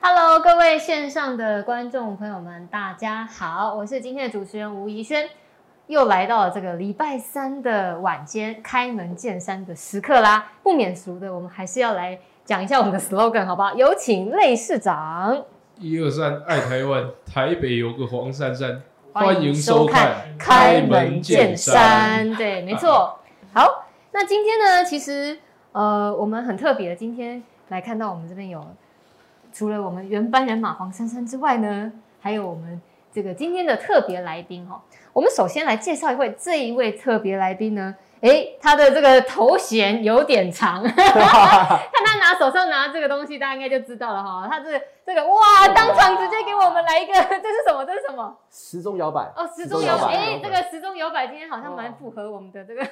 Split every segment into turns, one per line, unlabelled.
Hello，各位线上的观众朋友们，大家好，我是今天的主持人吴怡轩，又来到了这个礼拜三的晚间开门见山的时刻啦。不免俗的，我们还是要来讲一下我们的 slogan，好不好？有请类市长，
一二三，爱台湾，台北有个黄珊珊，
欢
欢
迎
迎
收
收
看
看
《
《
开
开
门
门
见
见
山
山》。啊
对，没错。好，那今天呢，其实呃，我们很特别，今天来看到我们这边有除了我们原班人马黄珊珊之外呢，还有我们这个今天的特别来宾哦。我们首先来介绍一位，这一位特别来宾呢，诶，他的这个头衔有点长， 看他拿手上拿这个东西，大家应该就知道了哈、他这这个哇，当场直接给我们来一个，这是什么？这是什么？
时钟摇摆
哦，时钟摇
时
摆，
钟摇摆
哎、
摇摆
这个时钟摇摆今天好像蛮符合我们的这个。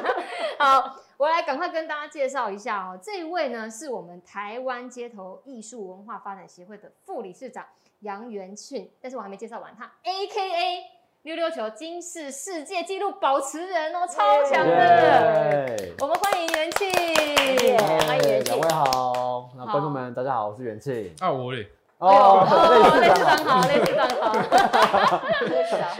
好，我来赶快跟大家介绍一下哦，这一位呢是我们台湾街头艺术文化发展协会的副理事长杨元训，但是我还没介绍完，他 A K A 溜溜球金氏世界纪录保持人哦，超强的。
耶
我们欢迎元庆，哎
耶欢迎
耶
元庆
两位好，那观众们大家好，我是元庆。
啊，我嘞，
哦，
类
类
似
市
这样
长好，类市长 好，
对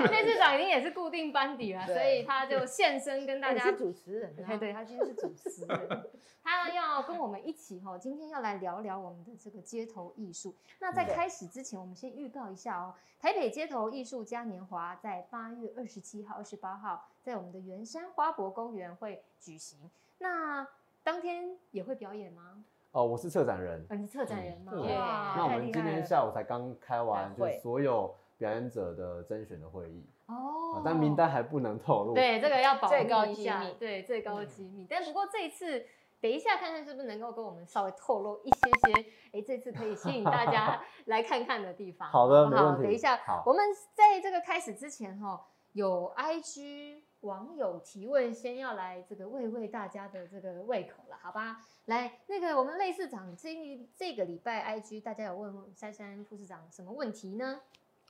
类市长已经也是固定班底了，
对
所以他就现身跟大
大
家
家主持人啊，
哎对对，他今天是主持人，他要跟我们一起哈，今天要来聊聊我们的这个街头艺术。那在
对
开始之前，我们先预告一下哦，台北街头艺术嘉年华在八月二十七号、二十八号在我们的圆山花博公园会举行。那当天也会表演吗？
哦，我是策展 人。
嗯，你是策展人吗？
嗯
对
哇，
那我
哎太
们
厉
今
害
天
了
下午才刚开完，
开
就
会
是所有表演者的甄选的会议，
哦
啊，但名单还不能透露。，
对，这个要保
最高
密一
机
下，
密
对，最高
嗯
机密。但不过这一次，等一下看看是不是能够跟我们稍微透露一些些，哎，这次可以吸引大 家来看看的地方。
好的
不
没
好
问题
等一下，
好
我们在这个开始之前哈、有 IG 网友提问，先要来这个慰慰大家的这个胃口了，好吧？来，那个我们类市长这一这个礼拜 IG 大家有问问珊珊副市长什么问题呢？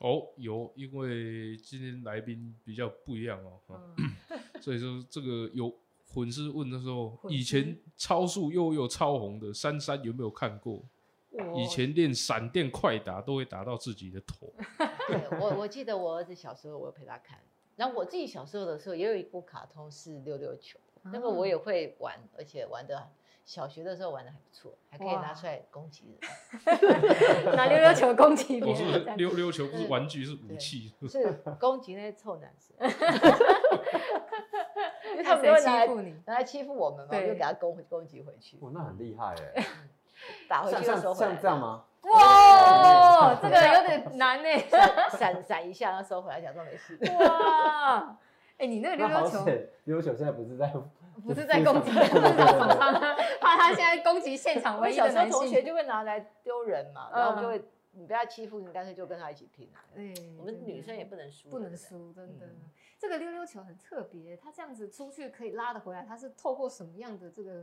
哦，有，因为今天来宾比较不一样哦，啊
嗯，
所以说这个有粉丝问的时候，
粉丝
以前超速又又超红的珊珊有没有看过？
我
以前练闪电快打都会打到自己的 头，
对我我记得我儿子小时候，我有陪他看。然后我自己小时候的时候，也有一部卡通是溜溜球，那个
哦
我也会玩，而且玩的小学的时候玩的还不错，还可以
哇
拿出来攻击 人。
拿溜溜球攻击
我
别
说
人这样，
溜溜哦球不是玩具是武器，
是攻击那些臭男 生，因为
他
他
们
们
都
都
会
会
拿来
拿来
欺负你。
拿来欺负我们嘛，我就
对
给他攻攻击回去，
哇，那很厉害哎。
打
哦
回
像
去的时候
像像这样？吗？
哇，
哦
这个有点难呢。
闪闪闪一下，然后收回来，假装 没事。
哇，哎、你那个溜
那
溜
好
球
险，溜溜球现在不是在
不是在攻击人，不是在手上，怕他现在攻击现场
我们
唯一
小
的
时候
男
同学
性。嗯
就会拿来丢人嘛，然后我们就会你被他欺负，你干脆就跟他一起拼啊。
哎对，
我们女生也不能输，
嗯不能
对对。
输，真的。
嗯
这个溜溜球很特别，它这样子出去可以拉得回来，它是透过什么样的这个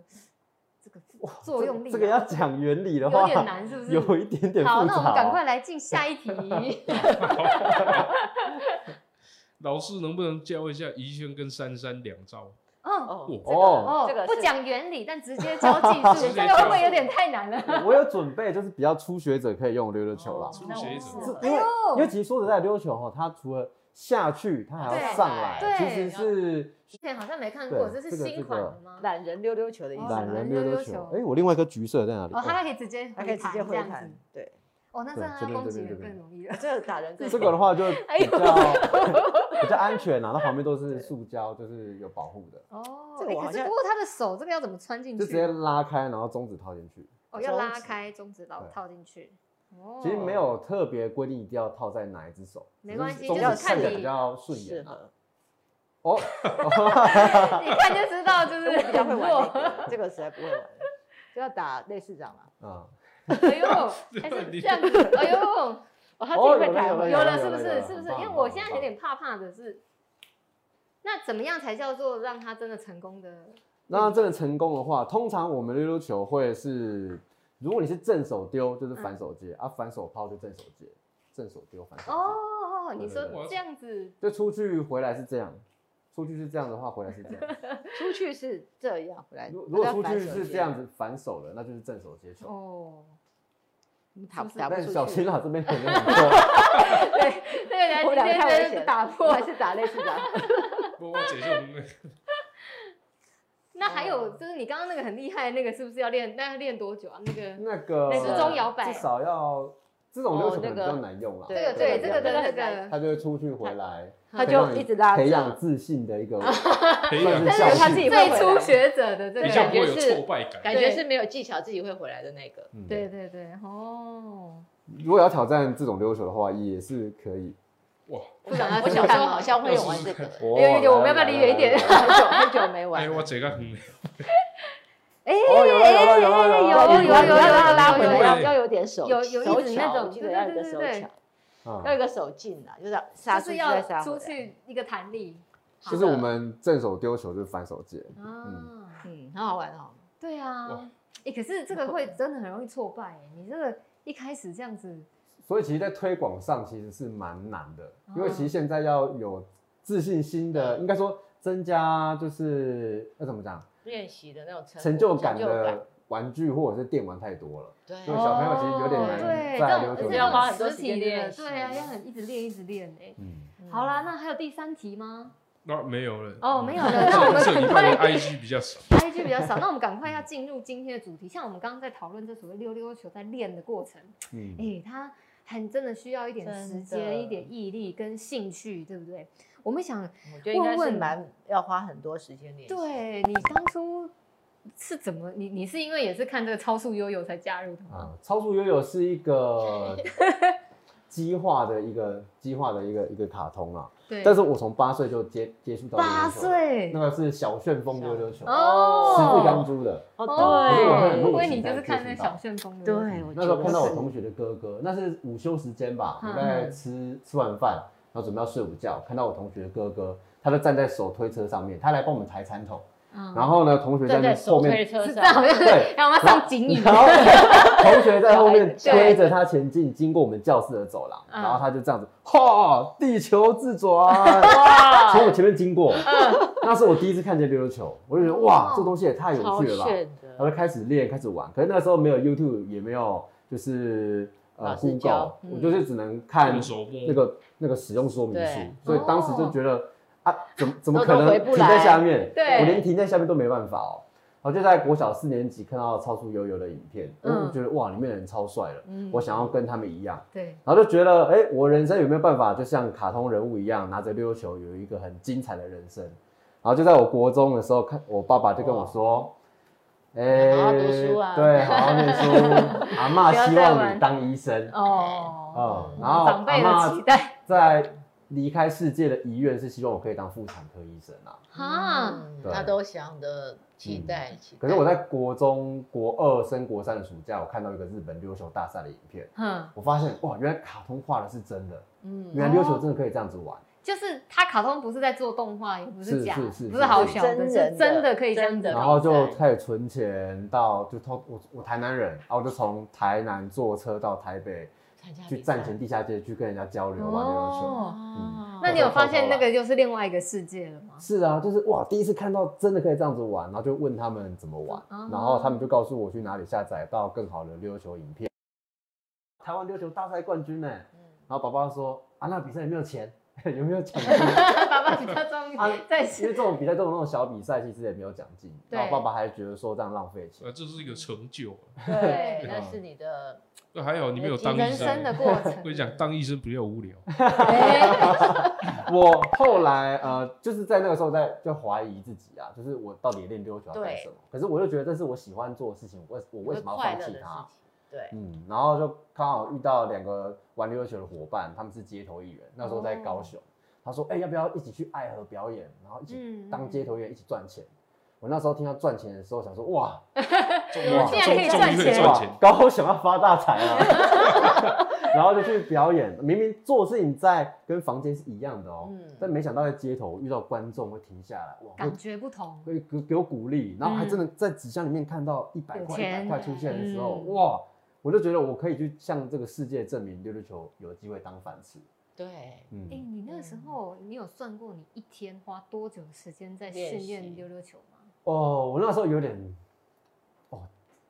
这个作用力啊、
这个要讲原理的话，
有点难，是不是？
有一点点
好，
复杂。哦
那我们赶快。来进下 一题。 嗯
老师能不能教一下宜轩跟珊珊两招？
嗯。
哦
哦
哦，
哦
这个，是
不讲原理，但直接教技术，
直接
这个会不会
教
有点太难了？
我有准备，就是比较初学者可以用的溜溜球
哦
啦。
初
哦那
学
我
者
是哎
是因为因为其实说实在，溜球哈，它除了下去，它还要上来，
对
其实是
以前好像没看过，这
对
是
这个
新
这
款
个
的吗？
懒人溜溜球的意
哦
思
懒
嘛，
人溜
懒人
溜
溜
球
溜。球
哎，我另外一个橘色在哪里？
哦，它可以直接
他可以直接
这
回
样
弹
子。。
对，
哦，那这样
对
它
这边
攻击
这
人
边这边
更容易了。
这个打人更
这个的话就
哎
比
呦
较比较安全啦，它旁边都是塑胶，就是有保护的，
哦，
这个
哎
我
可
好
是
像
不过他的手这个要怎么穿进
就直接
去？
拉开，然后中指套进去。
哦，要拉
中指
开中指套
对
套进去。哦，
其实没有特别规定一定要套在哪一只手，
没关系
只中指
就是看
看起来
你
比较顺
适
眼啊。
合，
哦，
你看就知道，就是
我比较会玩那
弱。
个，这个实在不会玩，就要打类似啊长嘛。
嗯，
哎呦，还 是这样子。哎呦，
哦，他自
有
己会
了
弹
有了
吗，
有了
有
是不
了
是？
有了
是不是？
很
因为
棒很
我
棒
现在有点怕怕的是，那怎么样才叫做让他真的成功的？
那这个成功的话，通常我们溜溜球会是，如果你是正手丢，就是反手接、啊，反手抛就正手接，正手丢反手接。
嗯哦，哦你
对
说
对
对
这样子，
就出去回来是这样，出去是这样的话，回来是这样。
出去是这样，回来
如如果出
反
去
手
是
接
这样，子反手了，那就是正手接球。
哦，
打
是不是
打不
但
出
小
去
青。老这边可能很多，
对，那
我
个
俩
人今
太危
天
险
真
了
的打
我
破
还。是打类似打，
不过我解 释
那还
哦
有就是你刚刚那个很厉害，那个是不是要练？那要练多久啊？那个
那个
那是钟摇摆
至少要这种六
哦
球可
那
能比
个
较难用啦。
这个
对
对这
这个
个的
这个
那
很难
个，
他就会出去回来，
他
可以
就
让你
一直拉
培
扯
养自信的一个，
培养
但
但
是
是他
他自
自
己
己最
会回来
初学者的这
比
个
较
感
不
觉
会有
是
挫败感。
感觉
对
是没有技巧自己会回来的那个。
嗯
对对对，哦，
如果要挑战这种溜球的话，也是可以。
哇，
我想我小时候好像会有玩这个，
有
有有我们要不要离远一点
很久很久没玩
哎，我
了。
这个很
哎，
哦，有了有了有了
有
了
有有有有
要
有
拉回
有
来，
有
要要有点手
有有一
手
直那
巧
种
我记
对对
得要有
对
个手
对对
巧，
嗯
要有个手劲啊，就是杀
就
出
是
去
要
再杀
出
回来。
去一个弹力，
就是我们正手丢球就是反手接，嗯
啊，
嗯，很好玩哦。
对
哇
啊，哎，可是这个会真的很容易挫败，哎，你这个一开始这样子，
所以其实，在推广上其实是蛮难的，因为
哦嗯
其实现在要有自信心的，应该说增加就是要怎么讲，
练习的那种成
成
成
就感，
感
的玩具或者是电玩太多了。
对
因为小朋友其实有点
哦
难
对，
在
这种
溜
而
球
且
里
要
面
花很多时间
练
练，
习
对啊，要很一直练一直练哎。
嗯，
嗯
好啦，那还有第三题吗？
那没有了。嗯
哦，没有了，那我们
这
赶
礼拜
快
的 IG 比较少。
IG 比较少，那我们赶快要进入今天的主题。像我们刚刚在讨论这所谓溜溜球在练的过程，
嗯
哎、它很真的需要一点时
真的
间、一点毅力跟兴趣，对不对？我们想，
我觉得应该
问
是
问
蛮要花很多时间练习。，
对你当初是怎么？你你是因为也是看这个超速悠悠才加入的吗？
啊，超速悠悠是一 个激化的一个激化的一个一个卡通啊，
对，
但是我从八岁就接接触到溜溜球
八
了，
岁
那个是小旋风溜溜球，
哦，
是不钢珠的。
哦
可是我会很
哦，
入
因为
戏
你就
才
是
接
看
触
那
到
小旋风的，
对，对，
那时候看到我同
学
学的哥哥，那是午休时间吧，
嗯
我在吃吃完饭，然后准备要睡午觉，看到我同学的哥哥，他就站在手推车上面，他来帮我们抬餐桶，
嗯，
然后呢，同学在
站在
那
手
后
推
面，
车
是这样，
上
好，像
对
让我们上警语，
然后同学在后面
对
推着他前进，经过我们教室的走廊，
嗯
然后他就这样子，哈，地球自转，从我前面经过，
嗯
那是我第一次看见溜溜球，我就觉得哇
哦，
这东西也太有
超
趣了吧，
炫
然后
的，
就开始练，开始玩。可是那时候没有 YouTube，也没有就是呃
老师
Google，
教、嗯
我就是只能看
用手摸
那个那个使用说明书所
对，哦
以当时就觉得、啊，怎么怎么
都
可
都回
能
不
停在
来
下面？
对
我连停在下面都没办法哦。然后就在国小四年级看到超速悠悠的影片，我
嗯
就觉得哇，里面的人超帅了，
嗯
我想要跟他们一样。
对，
然后就觉得，哎、我人生有没有办法，就像卡通人物一样，拿着溜溜球，有一个很精彩的人生？然后就在我国中的时候，看我爸爸就跟我说，哎、
哦好好读书啊
对，好好念书。阿妈
不要
希
再
望
玩
你当医 生啊、
哦，
嗯然后
长
阿
辈的
妈
期待
在离开世界的遗愿是希望我可以当妇产科医生啊。
啊，
嗯
对
他都想的期待期待。
可是我在国中国二升国三的暑假，我看到一个日本溜溜球大赛的影片，
哼，
我发现哇，原来卡通画的是真的，
嗯
原来溜溜球真的可以这样子玩。
就是他卡通不是在做动画，也不
是
假，
是是
不是好小的，
是
是
真人的
真的可以这样
真
子
的
搞。
然后就
比赛
开始存钱到就偷我我台南人，然后我就从台南坐车到台北
参加
去
比赛
站前地下街去跟人家交流玩溜溜球。
哦，
哦
那你有发现那个又是另外一个世界了吗？
是啊，就是哇，第一次看到真的可以这样子玩，然后就问他们怎么玩，
哦
然后他们就告诉我去哪里下载到更好的溜溜球影片。台湾溜球大赛冠军呢、
嗯
然后爸爸说啊，那比赛有没有钱？ 有没有奖金？
爸 爸比较重
啊
要，在
因为这种比赛，这种那种小比赛，其实也没有奖金。
对
然后爸爸还觉得说这样浪费钱。
啊，这是一个成就啊。
对，那是你的
那还好你没有当
人
医
哎生
生。
的过
我跟你
程。
讲，当医生比较无聊。
哎
我后来呃，就是在那个时候在就怀疑自己啊，就是我到底练溜球要干什么？可是我就觉得这是我喜欢做的事情，我为我为什么要
快
放
乐
弃
的事
它？
情。对，
嗯，然后就刚好遇到两个玩溜溜球的伙伴，他们是街头艺人，那时候在高
哦
雄。他说：“哎、要不要一起去爱河表演，然后一起
嗯
当街头艺人，一起赚钱？”我那时候听到赚钱的时候，想说：“ 哇，
终
哇
于
竟然可以
终于可
赚
以赚
哇
钱。
高雄要发大财啊！”然后就去表演，明明做事情在跟房间是一样的哦，
嗯
但没想到在街头遇到观众会停下来，哇，
感觉不同，
会给给我鼓励，然后还真的在纸箱里面看到一百
有
块、一百
钱
块出现的时候，
嗯
哇，我就觉得我可以去向这个世界证明溜溜球有机会当饭吃。
对，
哎、
嗯，
你那时候你有算过你一天花多久时间在训
练习
练溜溜球吗？
哦，我那时候有点，哦，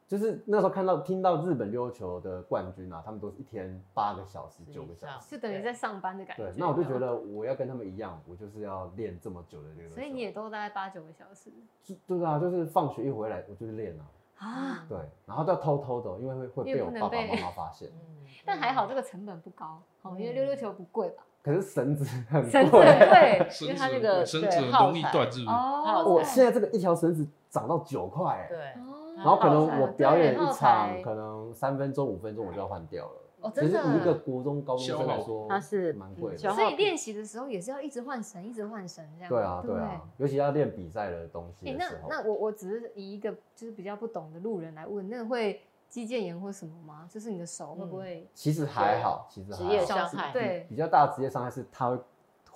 就是那时候看到听到日本溜球的冠军啊，他们都是一天八个小时、
是
九个小
以上
时。
就等于在上班的感觉
对。，那我就觉得我要跟他们一样，我就是要练这么久的溜溜球。
所以你也都大概八九个小时
就对啊，就是放学一回来我就是练啊，
嗯
啊，
对，然后都要偷偷的，因为会会
因为
被我
不能
爸爸
被
妈妈发现。
嗯，
但还好这
个
个成本不高，哦，因为溜溜球不贵吧？
可是绳子很
绳子
贵
很贵，
绳
因为
子
它那
很
个
贵绳子
对
很
耗
容易
材
断，是不是？
哦，
我
对
现在这个一条绳子涨到九块、欸，
对，
哦
然后可
啊
能我表演
对
一
耗材
场，可能三分钟、五分钟我就要换掉了。
哦，
其
真
实以一
的。
个国中高中生来说，
它是
蛮贵
嗯消
的。
耗
所以练习的时候也是要一直换绳，一直换绳这样。
对啊，
不
对啊，尤其要练比赛的东西
哎、
的
那
时候，
那我我只是以一个就是比较不懂的路人来问，那会肌腱炎或什么吗？就是你的手会不会、
其实还好，其实
职
还
业
好。
嗯伤
小
害，
对
比较大的职业伤害是他会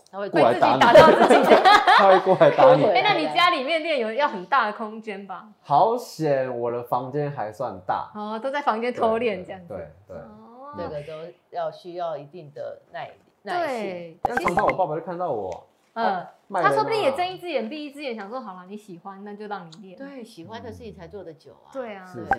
它会
嗯过
自
来
己
打你，
打到自 己
他会过来打 你
过。
哎、
来
那你家里面练有要很大的空间吧？
好险，我的房间还算大，
哦，都在房间偷练这样子。
对对。对
哦
这个都要需要一定的耐耐性。
对，
但
其实
常常我爸爸就看到我，
嗯，
卖
他
人
说不定
啊
也睁一只眼闭一只眼，想说好了，你喜欢那就让你练。
对，喜欢的事情才做得久啊。
对啊
是是是，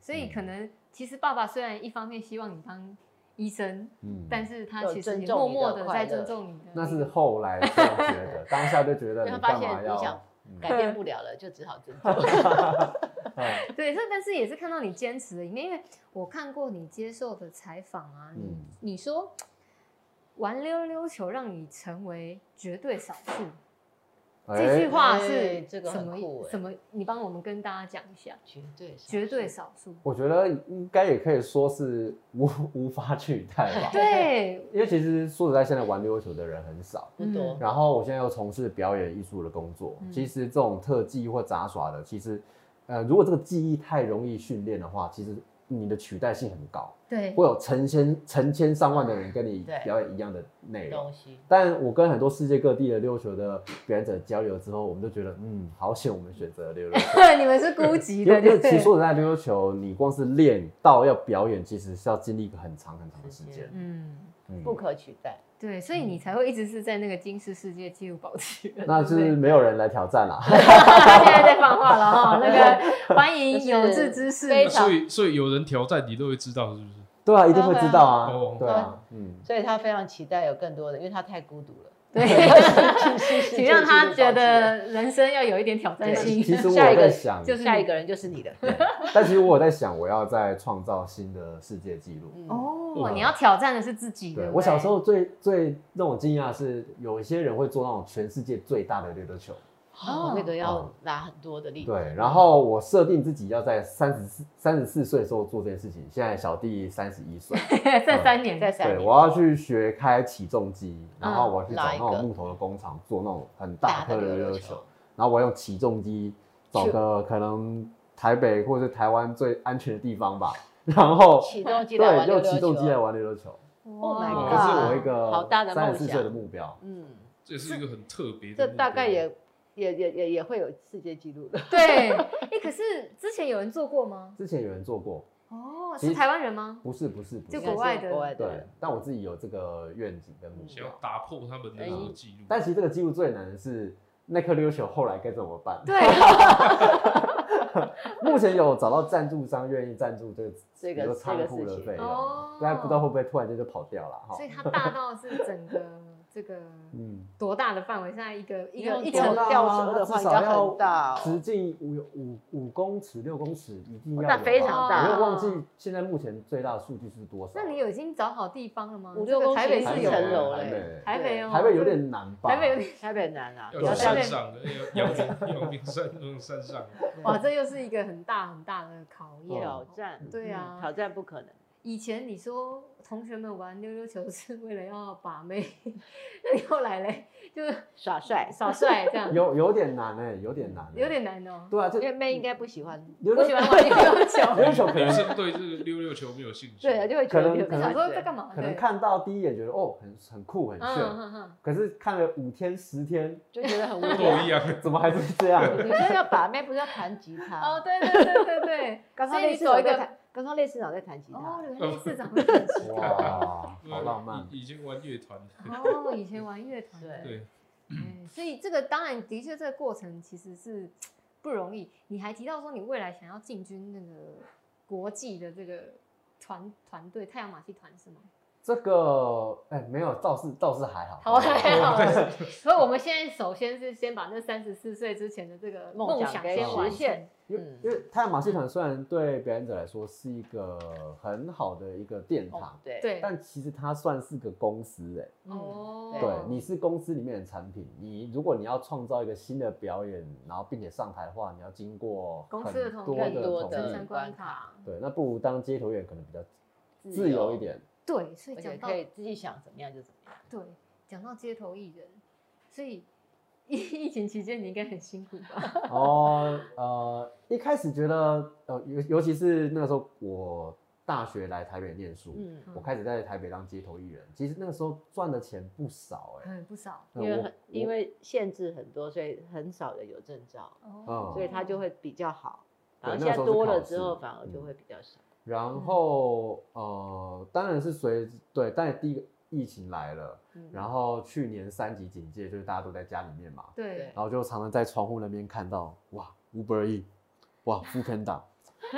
所以可
嗯
能其实爸爸虽然一方面希望你当医生，
嗯
但是他
有
其实
尊
也
重
默
你
默
的
的
快
在
乐
尊重你的。
那是后来这样觉 得，当下就觉得
因为
你
他发
干
现
嘛
你想
要？
改变不了了，就只好尊重。
嗯
对，那但是也是看到你坚持的一面，因为我看过你接受的采访啊，你、
嗯
你说玩溜溜球让你成为绝对少数， 这句
哎
话
哎
是
这个
什
很
么、
酷哎
什么？你帮我们跟大家讲一下，
绝对少
绝对
数
少数。
我觉得应该也可以说是无无法取代吧，
对，
因为其实说实在，现在玩溜球的人很少。
不多
嗯。
然后我现在又从事表演艺术的工作，
嗯
其实这种特技或杂耍的，其实，呃，如果这个技艺太容易训练的话，其实你的取代性很高，
对，
会有成千成千上万的人跟你
对
表演一样的内容。
东西，
但我跟很多世界各地的溜球的表演者交流之后，我们就觉得，嗯，好险我们选择了溜溜球。
你们是孤寂
因
的，
为因
对
为
不
其实
对？
说实在，溜溜球你光是练到要表演，其实是要经历一个很长很长的时
时
间
间。
嗯，
嗯
不可取代。
对，所以你才会一直是在那个金氏世界纪录保持人。
那
对
就
不对
是没有人来挑战啦。
他现在在放话了哈，那个欢迎
就是
有志之士，
非
那
常
所以所以有人挑战你都会知道，是不是？
对啊，一定会知道啊
哦。
对啊，嗯，
所以他非常期待有更多的，因为他太孤独 了。
对，请
请
让他觉得人生要有一点挑战
对
性。
其实我
下一
在
个
想，
就是
下一个人就是你的。
对但其实我有在想，我要再创造新的世界纪录。
嗯，
哦，
嗯
你要挑战的是自己。对
对
不对
我小时候最最让我惊讶的是，有一些人会做那种全世界最大的溜溜球。
哦，那个要
哦
拿很多的力。
对，然后我设定自己要在三十四三十四岁的时候做这件事情。现在小弟三十一 岁，
这
嗯
三年在
在三
对，
年
我要去学开起重机，然后我要去找
哪
那
一
种
个
木头的工厂做那种很大
大的
颗
溜
的溜
溜
溜球
球，，
然后我要用起重机找
去
个可能台北或者是台湾最安全的地方吧，然后
起重机来
对，
玩溜
用
溜
起重机来
球。
玩溜溜球，
哇
Oh my
这
god
是我一
好
个
大的梦
三
想
十四岁的目标。
嗯，
这也是一个很特别的
这
目标。
大概也也也也也会有世界纪录的。
对，哎，可是之前有人做过吗？
之前有人做过，
哦，
其
是
实
台湾人 吗？
不是不是不，
就是国外的
国外的
对
人，，
但我自己有这个愿景跟目
想
标
要，打破他
哎
们的那个记录。
但其实这个记录最难的是那颗溜球后来该怎么办？
对，
啊目前有找到赞助商愿意赞助这个，
这
比如说
个这
仓
个
库的
事
费
情，
用
哦，
但不知道会不会突然间就跑掉了哈
所。以它大到是整个这个
嗯，
多大的范围？现在一个一个
用
一
多
层
大吊车的话
至少
应该
要
很大哦
直径五五五公尺、六公尺，一定要
那
有
非
吧
常大哦
我又忘记现在目前最大的数据是多少。
那你有已经找好地方了吗？
五六公
台
尺
北
一
是
有啊
层
有，
楼
台北
嘞，
台北哦，
台北有点难吧？
台北有点。
台北难啊，
要
对
去
台北
山上的，要阳明阳明山那种山上。
哇，这又是一个很大很大的考验。
嗯
挑战，
嗯对啊
嗯挑战不可能。
以前你说同学们玩溜溜球是为了要把妹， 那你后来嘞，就是
耍帅，
耍帅这样，
有有点难哎、有点难欸、
有点难哦。
对啊，这
因为妹应该不喜欢，
有
不喜欢玩溜溜球，
有种可
女
能
生 对这个溜溜球没有兴趣。
对啊，就会觉
可
得
能
有
可
我
点
想
能
说在干嘛？
可能
对，
看啊到第一眼觉得哦很很酷很炫，
嗯嗯嗯，
可是看了五天十天，
就 觉得很无
跟我
聊
一。样，
怎么还是这样？
女生要把妹，不是要弹吉他？
哦，，对对对对对，
刚
所
刚
以你
类似
走
长
一
在
个
弹，刚刚类似长在弹吉
哦，
他，
原来市长会弹吉他。
哇，好浪漫。
已已经玩乐团了。
哦，以前玩乐团，
对
对，
哎所以这个当然的确，这个过程其实是不容易。你还提到说你未来想要进军那个国际的这个团团队太阳马戏团是吗？
这个哎、没有，倒是倒是还好。
哦
好，还好。哦所以我们现在首先是先把那三十四岁之前的这个
梦
梦
想
想
给
先
实
完
现
成。
因为因为太阳马戏团虽然对表演者来说是一个很好的一个殿
哦
堂，
对
对，
但其实它算是个公司哎、
嗯，
哦，
对，你是公司里面的产品，你如果你要创造一个新的表演，然后并且上台的话，你要经过
公司的
很
同
多
意
更多
同
层
的
层
意。
关卡。
对，那不如当街头演员可能比较自由一，点。
对，所以
而
讲
且
到
可以自己想怎么样就怎么样。
对，讲到街头艺人，所以 疫疫情期间你应该很辛苦吧？
哦，呃，一开始觉得，呃，尤尤其是那个时候我大学来台北念书，
嗯，
我开始在台北当街头艺人，其实那个时候赚的钱不少 哎、
很不少
那
因为
我
很
我
因为嗯限制很多，所以很少人有证照，
哦
嗯
所以他就会比较好。然后
对
现
那
在
时候是
多了
考
之
试
后，反而就
嗯
会比较少。
然后呃，当然是随对，但第一个疫情来了，
嗯
然后去年三级警戒，就是大家都在家里面嘛，
对，
然后就常常在窗户那边看到，哇，Uber E，哇，Food Panda，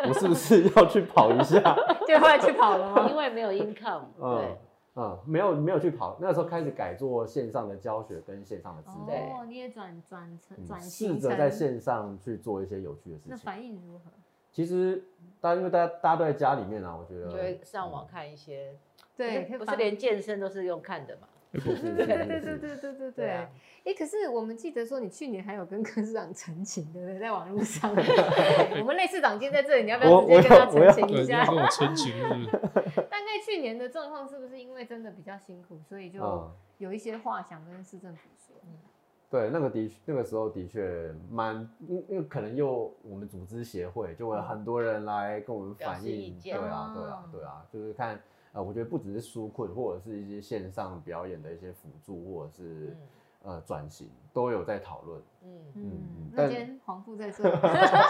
我是不是要去跑一下？
就后来去跑了吗？
因为没有 income，
嗯
对，
嗯，没有没有去跑，那时候开始改做线上的教学跟线上的指导，
哦，你也转转成
嗯
转
试
型
着在
成，
线上去做一些有趣的事
那
情。
反应如何？
其实大家因为大家大家都在家里面啊，我觉得
就会上网看一些，
对，
不是不
反
是连健身都是用看的
嗯
嘛？
是是是
对对
是
对
是
对对对对
对
对。
啊
哎、可是我们记得说你去年还有跟科市长澄清，对不对？在网络 上，我们类市长今天在这里，你要不要
我
直接跟他
我要
澄清
对，
一
你
下
要？跟我澄清是不是？
大概去年的状况是不是因为真的比较辛苦，所以就
嗯，
有一些话想跟市政府说？
对，那个的那个时候的确蛮，因因为可能又我们组织协会就会很多人来跟我们
嗯表
反
示意
映，对
见嗯
啊，对
哦
啊，对啊，就是看呃，我觉得不只是纾困，或者是一些线上表演的一些辅助，或者是
嗯
呃转型，都有在讨论。
嗯，
嗯
嗯，
那
但
今天黄富在这，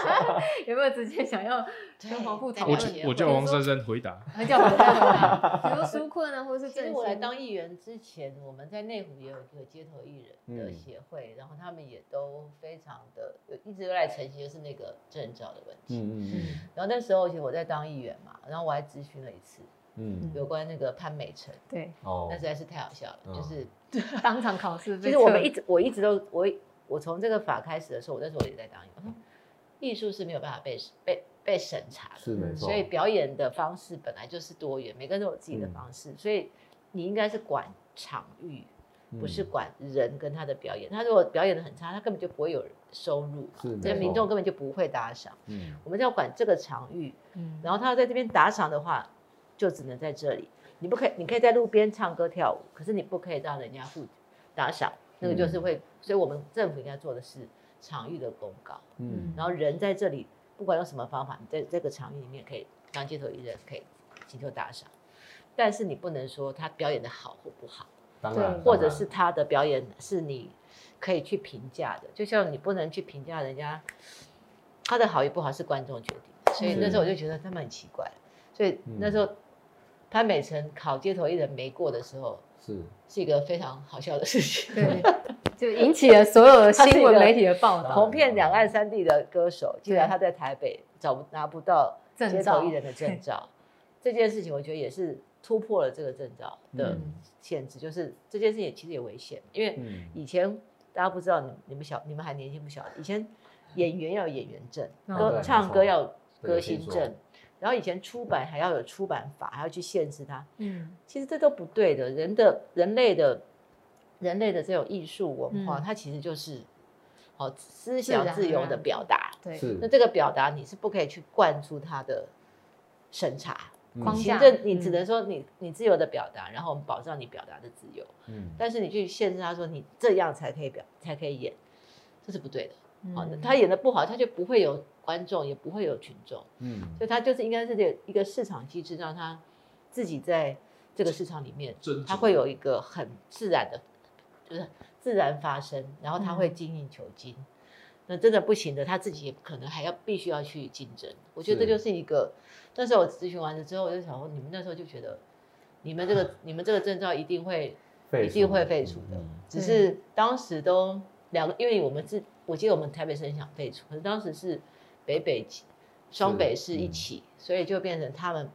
有没有直接想要跟黄富讨
对
我
论
太？
就我叫王珊珊回答，
呃叫我再回 答，比如纾困啊，或者是
其
振
实
兴。
我来当议员之前，我们在内湖也有一个街头艺人的
嗯
协会，然后他们也都非常的一直都在澄清，就是那个证照的问题。
嗯
然后那时候其实我在当议员嘛，然后我还咨询了一次
嗯嗯
有关那个潘美辰，
对，
哦
那实在是太好笑了，
嗯
就是
当场考试被撤。
其实我们一直我一直都我我从这个法开始的时候，我那时候也在当议员我说，艺术是没有办法被被被审查的，
是没错，
嗯所以表演的方式本来就是多元，每个人都有自己的方式，所以你应该是管场域，
嗯
不是管人跟他的表演。他如果表演的很差，他根本就不会有收入
是
嘛，这
没
民
错
众根本就不会打赏。
嗯
我们就要管这个场域，
嗯，
然后他要在这边打赏的话，就只能在这里。你不可以，你可以在路边唱歌跳舞，可是你不可以让人家付打赏，那个就是会。所以我们政府应该做的是场域的公告，
嗯
然后人在这里，不管用什么方法，你在这个场域里面可以当街头艺人，可以请求打赏，但是你不能说他表演的好或不好，
当
对
然，当
或者
然
是他的表演是你可以去评价的，就像你不能去评价人家他的好与不好是观众决定的，所以那时候我就觉得他们很奇怪，所以
嗯
那时候潘美辰考街头艺人没过的时候，
是
是一个非常好笑的事情。
对， 就引起了所有的新闻媒体的报道。
红遍两岸三地的歌手，竟然他在台北找不拿不到街
证
头
照
艺人的证照，这件事情我觉得也是突破了这个证照的
嗯
限制，就是这件事情也其实也危险，因为
嗯
以前大家不知道，你你们小你们还年轻不小，以前演员要有演员证，
嗯
歌
对
唱
没错
歌要有
对
歌
有
星
听说
证，然后以前出版还要有出版法，还要去限制它。
嗯，
其实这都不对的。人的人类的人类的这种艺术文化，
嗯
它其实就是好、思
自然啊
想
而
自由
然
的表达。
对，
是
那这个表达你是不可以去灌注它的审查，
框
嗯
行
架
政你
嗯
只能说你你自由的表达，然后我们保障你表达的自由，
嗯
但是你去限制他说你这样才可以表才可以演，这是不对的。好、
嗯
他演的不好，他就不会有观众，也不会有群众。
嗯
所以它就是应该是有一个市场机制，让它自己在这个市场里面
斟酌，
它会有一个很自然的，就是自然发生，然后它会
嗯
精益求精。那真的不行的，他自己也可能还要必须要去竞争。我觉得这
是
就是一个，那时候我咨询完了之后，我就想说，你们那时候就觉得，你们这个你们这个证照一定会
废
一定
除
会废除的
嗯
只是当时都两个，因为我们是，我记得我们台北是很想废除，可是当时是北北起双北
嗯
是一起，所以就变成他们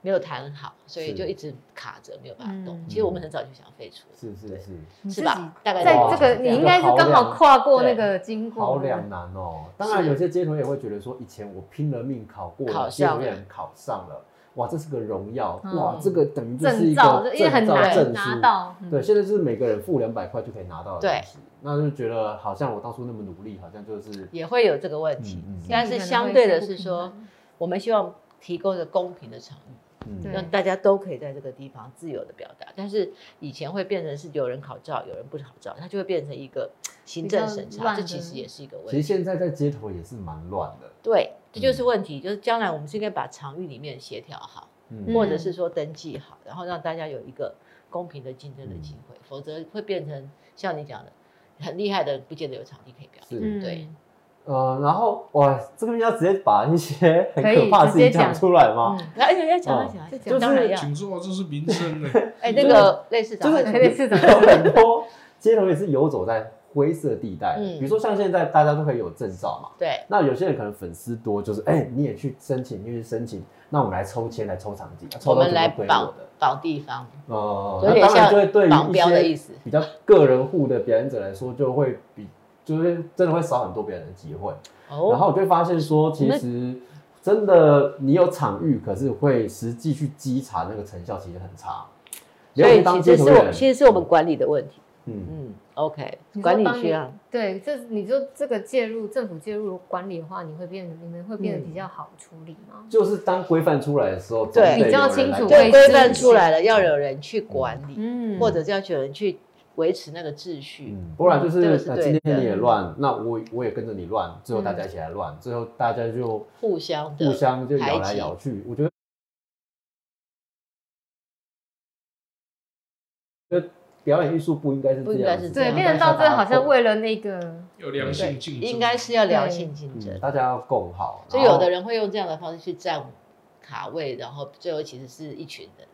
没有谈好，所以
是
就一直卡着没有办法动。
嗯
其实我们很早就想废除了，
是是
对
是，
你
是
自
吧哦
己？
大概
在
是
这个，
样
你应该是刚好跨过那个经
好
过。
两难哦。当然，
是
有些街头也会觉得说，以前我拼了命考过，
考
街头
上
也
了
很考上了，哇，这是个荣耀，
嗯
哇，这个等于就是
证
一
照
个
因为很
证照
难
证
拿
书。
到，嗯
对，，现在就是每个人付两百块就可以拿到的
对
东西，那就觉得好像我当初那么努力，好像就是
也会有这个问题。
嗯嗯嗯
但是相对的是说，我们希望提供一个公平的场域。
嗯
对
让大家都可以在这个地方自由的表达。但是以前会变成是有人考照，有人不考照，它就会变成一个行政审
比较
查，
乱
这
的
其实也是一个问
其实嗯
题。
现在在街头也是蛮乱的，
对，这就是问题，就是将来我们是应该把场域里面协调好，
嗯
嗯
或者是说登记好，然后让大家有一个公平的竞争的机
嗯
会，否则会变成像你讲的，很厉害的不见得有场地可以表达。
是
嗯
对，
呃，然后哇，这个要直接把一些很
可以
可怕的事
直接
情讲
讲
出来吗？
嗯，哎呀，要讲
哦
要讲要
就啊
讲，当然要。
请说，这是啊民生呢。
哎，那个类似长
就是
会
台北市长
有很多街头也是游走在灰色地带，
嗯
比如说像现在大家都可以有证照嘛，
对，
那有些人可能粉丝多，就是哎、你也去申请，你也去申请，那我们来抽签来抽场景，抽
我
到
们
怎
来
么归我
保
的，
保地方，
哦，
有
那
点
当然就会对
像
于
绑标的
一
意
些
思。
比较个人户的表演者来说，就会比就是真的会少很多表演的机会。
哦
然后我就会发现说，其实真的你有场域，可是会实际去稽查那个成效其实很差。
所
你
以
要当
其
街
实
头
是我，
人，
其实是我们管理的问题。
嗯，
嗯，OK，
你说
管理
帮
需
你
要。
对，这你就这个介入政府介入管理的话，你会变，你们会变得比
嗯
较好处理吗？
就是当规范出来的时候，
对
总得
比较
有人
清
来
楚
管
会
对，规范
是
出来了，要有人去管理，
嗯，
或者是要有人去维持那个秩序。
嗯，不然就是、
这个是
呃
对
今天
的
你也乱，那我我也跟着你乱，最后大家一起来乱，最后大家就
互相的
互相就咬
排
来
挤
咬去，我觉得。觉得表演艺术不应该是
不
这
应
样
该
子，
是这
对，
样
变成到最后好像为了那个，
要良
对
性竞，争，
应该是要良
对
性竞争
嗯，。大家要共好。
所以有的
人
人会用这样的方式去占卡位，然后最后其实是一群人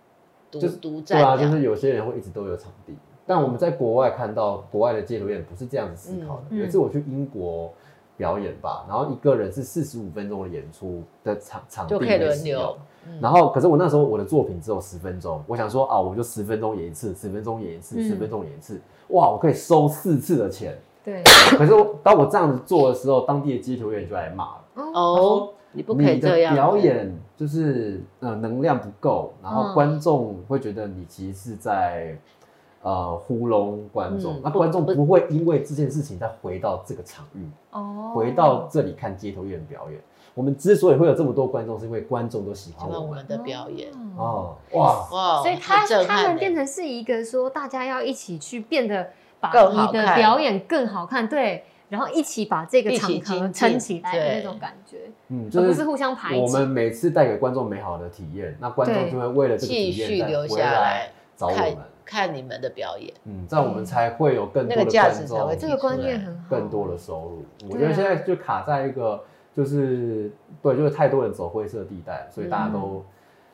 独
就是
独
对
占
啊，
这
就
样。
是有些人会一直都有场地，但我们在国外看到国外的街头表演不是这样子思考的。
嗯
有一次我去英国表演吧，然后一个人是四十五分钟的演出的场场地
就可以
没
轮
使用
流，嗯
然后，可是我那时候我的作品只有十分钟，我想说啊，我就十分钟演一次，十分钟演一次，
嗯
十分钟演一次，哇，我可以收四次的钱。
对，
可是我当我这样子做的时候，当地的街头演员就来骂了，
哦，
哦，你不可以
你的
这样
表
子
演就是呃能量不够，然
嗯
后观众会觉得你其实是在呃糊弄观众，
嗯
那
不
观众
不
不会因为这件事情再回到这个场域，
哦，
回到这里看街头演员表演。我们之所以会有这么多观众，是因为观众都喜
喜
欢
欢
我
我
们
们的表演。
哦，
哦，哇。
哇，
所以
很
他
震
他
撼
们
欸
变成是一个说大家要一起去变得把
更好
你的
看
表演更好看，对，然后一起把这个
一
场
起
合
精进
撑起来的
对
那种感觉，
嗯，
而不是互相排
我
挤。
们每次带给观众美好的体验，那观众
对
就会为了这个体
继
验
续
再
留
回
下来
找我
看
们。
看你们的表演。
嗯，这样我们才会有更多
那
的
个价值
观
才会
这
众，
个观念很好，
更多的收入。我觉
对啊
得现在就卡在一个，就是对，就是太多人走灰色地带，所以大家都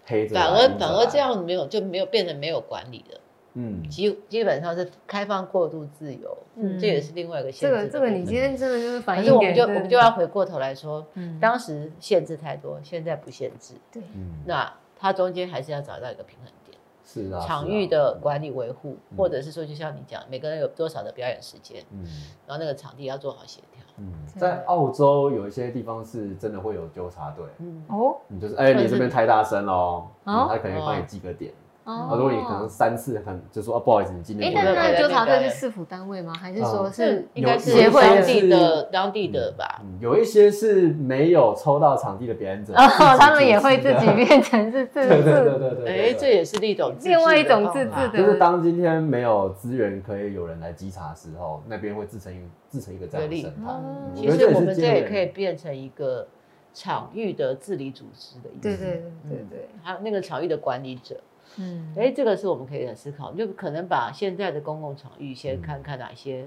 黑着来。
嗯反而
阴着
反而
来
这，样没有就没有变成没有管理了，
嗯，
基基本上是开放过度自由，
嗯
这也是另外一个
这
限制
个
的
这个，
部
你
分
今天真的就是反
可
映
是
给
我们就我
对
们就要回过头来说，
嗯
当时限制太多，现在不限制，
对
嗯，
那它中间还是要找到一个平衡点，
是啊，
场
是啊
域的，管理维护，
嗯
或者是说就像你讲，每个人有多少的表演时间，
嗯
然后那个场地要做好协调，
嗯，
对
在澳洲有一些地方是真的会有纠察队，
嗯，
哦
你就是哎，
或者
你
是
这边太大声喽，
哦
嗯他可能会帮你记个点。
哦
啊，如果你可能三次很就说啊，不好意思，你今
哎
天，不
那
能
那
来。
纠察队是市府单位吗？还是说是
这应该是
有
协会
当
的
地
是
的当地的吧，
嗯有一些是没有抽到场地的表演者，
哦
自己组织，
他们也会自己
的
变成是自
对对对对
治，
对嗯对。
哎，这也是一种自治的
另外一种自
方法
治的
就是当今天没有资源可以有人来稽查的时候，那边会自成一自成一个这样的生态。
哦
其实我们这也可以变成一个场域的治理组织的意思。
对对对对对，
还有那个场域的管理者，
嗯，
哎，这个是我们可以来思考，就可能把现在的公共场域先
嗯
看看哪些，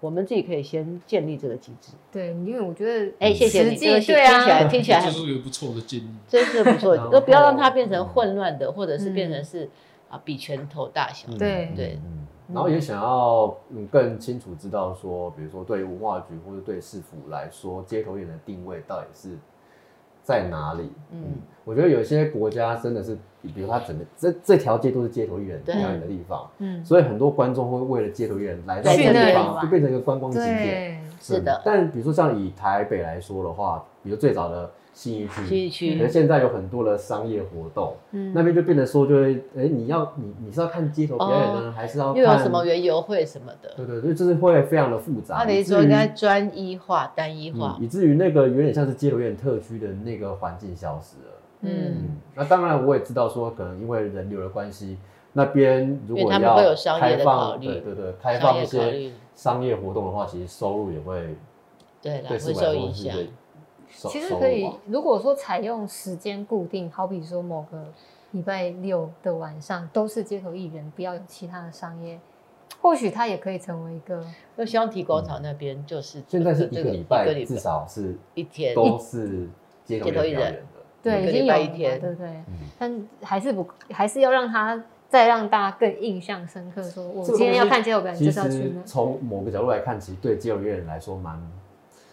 我们自己可以先建立这个机制。
对，因为我觉得
嗯
哎，谢谢
实
你，
际
这个听
对
听起
啊
来听起来
这
很
是个不错的建议。
真是不错
然，后
都不要让它变成混乱的，或者是
嗯
变成是啊比拳头大小。
嗯
对
对
嗯然后也想要嗯更清楚知道说，比如说对文化局或者对市府来说，街头艺人的定位到底是在哪里？
嗯
嗯，我觉得有些国家真的是，比如它整个这这条街都是街头艺人
对
表演的地方，
嗯，
所以很多观众会为了街头艺人来到
去
这个地
那
里
方，
玩
就变成一个观光景点。
对，
是的
嗯但比如说像以台北来说的话，比如最早的信义区，
西
可
区
能现在有很多的商业活动，
嗯
那边就变得说，就会，哎、你要你你是要看街头表演呢，还是要
又
看
有什么？园游会什么的，
对对对，就是会非常的复杂。
按理
以至
说
于
应该专一化、单一
嗯
化，。
以至于那个有点像是街头表演特区的那个环境消失了。
嗯
嗯，
嗯，那当然我也知道说，可能因为人流的关系，那边如
因为
果
他们会有
要
商业
开
的考
放，
虑
对对对，开
商
放
业
一
考
些
虑，
商业活动的话，其实收入也会
对啦，啊
对
会
市府
受
来说
影
是
响。
会收
其实
收入啊
可以
吧，
如果说采用时间固定，好比说某个礼拜六的晚上都是街头艺人，不要有其他的商业，或许它也可以成为一个
那香体广场那边就是
嗯现在是一
这
个
个
礼
一个
拜
礼
至
拜
少是
一天
都是街头
街头艺
表演
人
的。
对
一
已
个
经
礼
有
拜
了
一
嘛
天
对不对？
嗯
但还是不还是要让它再让大家更印象深刻，说我
这
今
个
天
东西
要看街头表演
其
就
实
是要去那。
从某个角度来看，其实对街头艺人来说蛮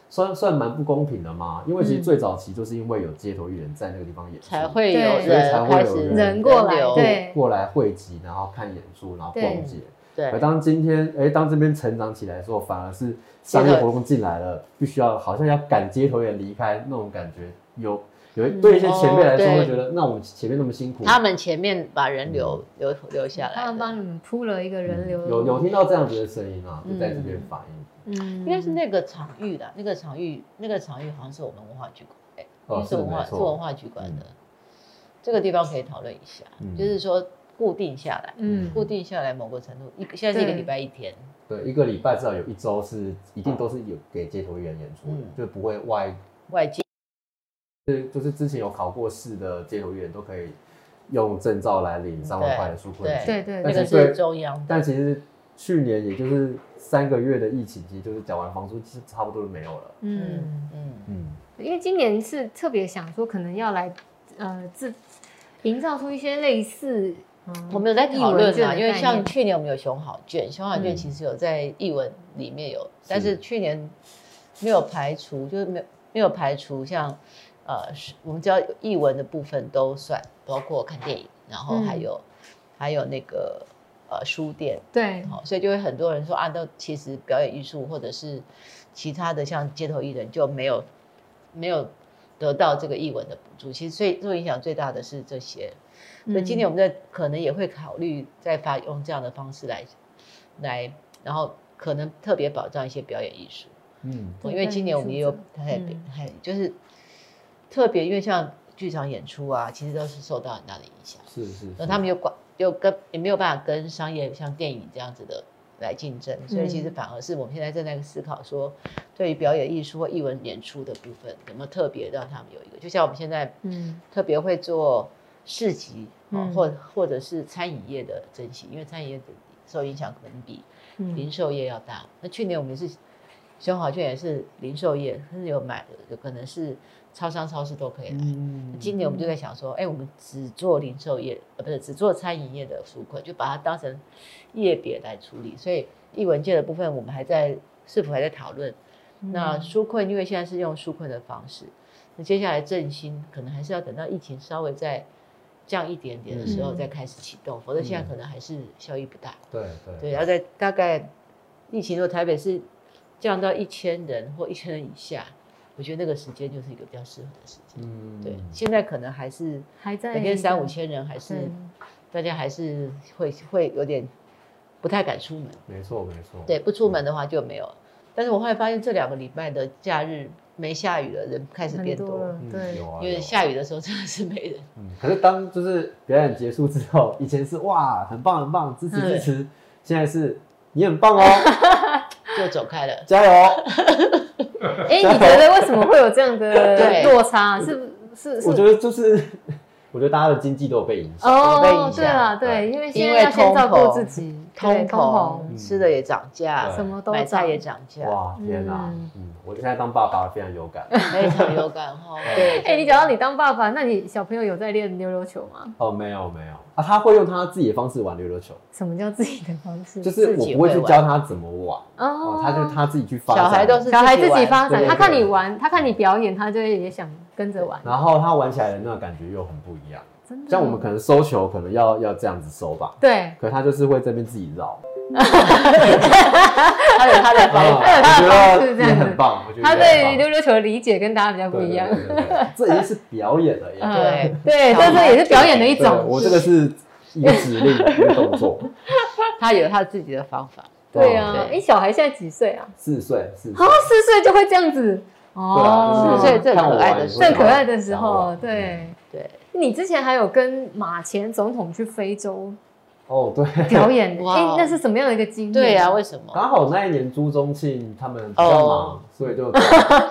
算算蛮不公平的嘛，因为其实
嗯
最早期就是因为有街头艺人在那个地方演出，
才会
对
有
所以
才
人
会有
开始
人
人过来
流
对
过来汇集，然后看演出，然后
对
逛街。而
对，
当今天，哎，当这边成长起来的时候，反而是商业活动进来了，必须要好像要赶街头艺人离开那种感觉，有有
嗯哦
对一些前辈来说
哦对
会觉得，那我们前面那么辛苦，
他们前面把人流
嗯
留留下
他
来
们
的，
帮你们铺了一个人流，
有有听到这样子的声音啊，就在这边反映。
嗯，应
应该是那个场域啦，那个场域那个场域好像是我们文化局管，哎，
哦
因为
是
是文化
没
是
错
文化局管的，这个地方可以讨论一下，
嗯
就是说固定下来，
嗯
固定下来某个程度，一现在是一个
对
礼拜一天，
对，一个礼拜至少有一周是一定都是有给街头艺人演出的，
嗯
就不会外，
外界
就是就是之前有考过试的街头艺人都可以用证照来领三万块的纾困金。
对对
那
对
但
个
是对
是中央的，
但其实去年也就是三个月的疫情，其实就是缴完房租，其实差不多就没有了。
嗯。
嗯嗯，
嗯，
因为今年是特别想说，可能要来呃自营造出一些类似，嗯
我们有在讨
艺文
论
券的
啦，
概
因
念
为像去年我们有熊好券，熊好券
嗯
其实有在译文里面有，
是
但是去年没有排除，就是没有没有排除像呃，是我们只要有译文的部分都算，包括看电影，然后
嗯
还有、还有那个呃书店，
对
好、所以就会很多人说啊，那其实表演艺术或者是其他的像街头艺人就没有没有得到这个译文的补助，其实最受影响最大的是这些。所以今
嗯
年我们在可能也会考虑再发用这样的方式来来，然后可能特别保障一些表演艺术，
嗯，
对
因为今年我们也有
表演
太
艺术者嗯
太就是特别，因为像剧场演出啊，其实都是受到很大的影响，
是是
然后他们又管又跟也没有办法跟商业像电影这样子的。来竞争，所以其实
嗯
反而是我们现在正在思考说，对于表演艺术或艺文演出的部分，有没有特别让他们有一个，就像我们现在
嗯
特别会做市集，哦
嗯
或、或者是餐饮业的珍惜，因为餐饮业的受影响可能比零
嗯
售业要大。那去年我们是熊好券也是零售业，甚至有买有可能是超商、超市都可以来。
嗯
今年我们就在想说，哎、我们只做零售业，呃，不是只做餐饮业的纾困，就把它当成业别来处理。所以艺文界的部分，我们还在是否还在讨论。
嗯
那纾困，因为现在是用纾困的方式，那接下来振兴可能还是要等到疫情稍微再降一点点的时候
嗯
再开始启动，否则现在可能还是效益不大。
对对
对，要啊在大概疫情如果台北是降到一千人或一千人以下，我觉得那个时间就是一个比较适合的时间。
嗯
对，现在可能还是
还在
每天三五千人，还是
对
大家还是会会有点不太敢出门。
没错没错，
对，不出门的话就没有。但是我后来发现这两个礼拜的假日没下雨了，人开始
很
变
多
多
了
了。
嗯，
对
有啊，
因为
有啊
下雨的时候真的是没人，
嗯，可是当就是表演结束之后，以前是哇很棒很棒支持
嗯
支持，现在是你很棒哦，
就走开了。
加油！
哎，你觉得为什么会有这样的
对
落差？是是是
我觉，得就是我觉得大家的经济都有被影响。
被影
哦，
响
对了，
对
对，因为现
因
在
为
要先
通
照顾
膨
自己，对
通
通膨，
膨，吃的也涨价
对，
什么都
买菜
涨
也涨价，
嗯哇，天哪、
嗯
嗯，我现在当爸爸非常有感。
非常有 感哈。哦对，
哎、你讲到你当爸爸，那你小朋友有在练溜溜球吗？
哦，没有没有啊，他会用他自己的方式玩溜溜球，
什么叫自己的方式？
就是我不会去教他怎么玩，
哦
哦，他就他自己去发展。
小孩都是
小孩自己
玩
发
对
展，
对
他看你
对
玩，他看你表演，他就会也想跟着玩。
然后他玩起来的那个感觉又很不一样。
真的，
像我们可能收球，可能要要这样子收吧，
对，
可他就是会这边自己 绕。
他有他的方
啊
法，
他有他的方
我
式这
觉得
样
也
子
很棒，我觉得
他
也
对
很
溜
棒
溜球的理解跟大家比较不
对
一样。
对对对对这已经是表演了 耶。
嗯，
对
对，
小孩
这这也是表演的一
对
种。
我这个是一个指令，一个动作。
他有他自己的方法。
对啊，
对
哎，小孩现在几岁啊？
四岁，四
啊
岁，，
四岁就会这样子。
对啊，
哦
就，
四
是
岁最
看我
可爱的
玩
时候
正可爱的时候，。
会想玩嗯
对。
对，
你之前还有跟马前总统去非洲
哦，对，
表演，
哇
哎，那是什么样的一个经验？
对啊呀，为什么？
刚好那一年朱宗庆他们比较忙，
哦
所以就找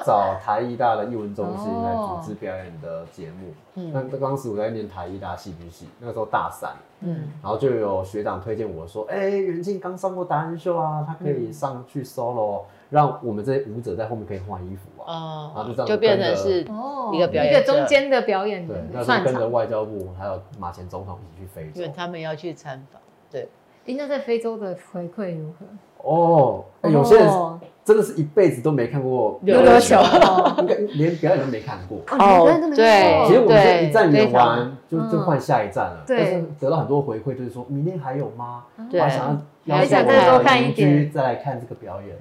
找台艺大的艺文中心来组织表演的节目。那、
哦嗯
当时我在念台艺大戏剧系，那个时候大三，
嗯，
然后就有学长推荐我说：“哎、袁静刚上过达人秀啊，他可
嗯
以上去 solo，、让哦我们这些舞者在后面可以换衣服啊。然后
哦
就这，样
就变成是
哦，
一个表演
一
者
个中间的表演
对
的，
那时候
串
跟
场
着。外交部还有马前总统一起去非
因为
洲。
他们要去参访，对，
诶那在非洲的回馈如何？
哦、哎有些人
哦
真的是一辈子都没看过
溜溜球
哦，
应该连表演都没看过。
哦，你们真的没
哦
其实
有
我们这
对
一站
非
演
常
完，就就换下一站了。
对
但是得到很多回馈，就是说明天还有吗？
对
哦
我还想要邀
还
请
想
我
再多
的
看一
邻居
点
再来看这个表演。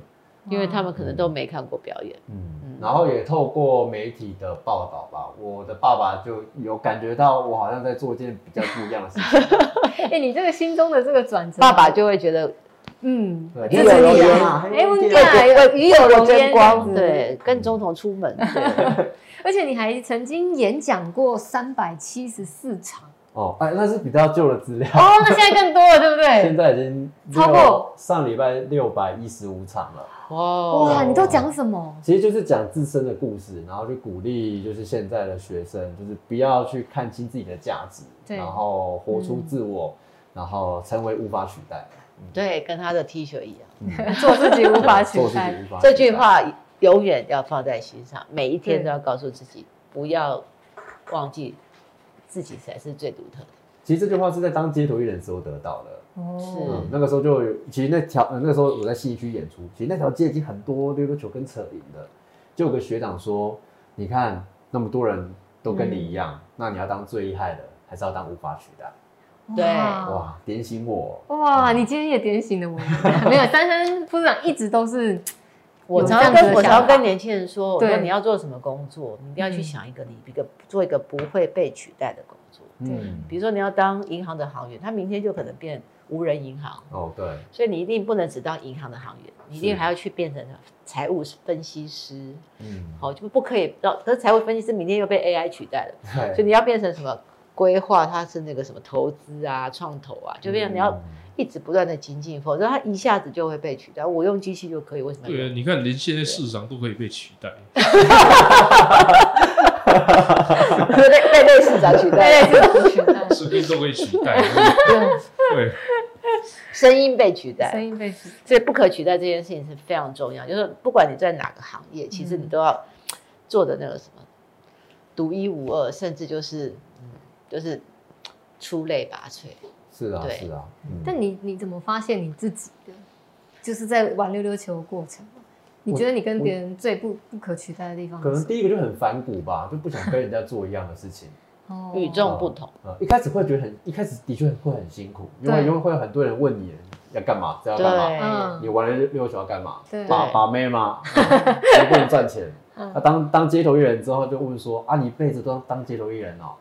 因为他们可能都没看过表演，
嗯，然后也透过媒体的报道吧，我的爸爸就有感觉到我好像在做一件比较不一样的事 情。
哎、你这个心中的这个转折，
爸爸就会觉得
嗯，
对，
这
你有
是
留
你
言
啊
啊，
哎，我
你
跟你
有留言
讲，有鱼有龙
争
烟
光，嗯
这样子，
对，跟总统出门，对，
而且你还曾经演讲过三百七十四 场，
哦，哎，那是比较旧的资料，
哦，那现在更多了，对不
现
对？
在已经六
超过
上礼拜六百一十五场了。
哇，
哦
哇，
你都讲什么？
其实就是讲自身的故事，然后去鼓励就是现在的学生，就是不要去看清自己的价值，
对
然后活出自我，然后成为无法取代，嗯
对，跟他的 T 恤一样，
做自己无法取
做自己
代，
无法取代。
这句话永远要放在心上，每一天都要告诉自己，不要忘记自己才是最独特的。
其实这句话是在当街头艺人的时候得到的。
哦，
嗯
嗯，
那个时候就有，其实那条、呃那个时候我在信义区演出，其实那条街已经很多溜溜球跟扯铃的，就有个学长说，你看那么多人都跟你一样，那你要当最厉害的，还是要当无法取代？
对
哇
哇，点醒我，
哇，你今天也点醒了我， 没有，珊珊副市长一直都是
我
有
常
这
常
样子
跟
的
我
想
常
法
常跟年轻人说，我说
对
你要做什么工作，你一定要去
嗯
想一个你一个做一个不会被取代的工作。
嗯，
比如说你要当银行的行员，他明天就可能变无人银行，
哦对，
所以你一定不能只当银行的行员，你一定
是
还要去变成财务分析师。
嗯，
好，就不可以让，可是财务分析师明天又被 AI 取代了，所以
对，
你要变成什么规划，它是那个什么投资啊、创投啊，就变成你要
嗯
一直不断的精进，否则它一下子就会被取代。我用机器就可以，为什么要
对啊，
用？
你看连现在市场都可以被取代，
被被被市长取代
对
了，
对对，取代，
声音都被取代，对，
声音被取代
声，音被取代，
所以不可取代这件事情是非常重要。就是不管你在哪个行业，其
嗯
实你都要做的那个什么独一无二，甚至就是嗯，就是出类拔萃。
哦
是啊，
对
是啊，
但你你怎么发现你自己的？就是在玩溜溜球的过程，你觉得你跟别人最不不可取代的地方
可
是什
能
么？
第一个就很反骨吧，就不想跟人家做一样的事情，
哦
与众不同。
呃，一开始会觉得很，一开始的确会很辛苦，因为
对
因为会有很多人问你要干嘛，这要干嘛，
嗯
你玩了六六球要干嘛
对？
把把 妹吗？又不能赚钱。
啊
嗯
那当当街头艺人之后，就问说啊，你一辈子都当街头艺人哦，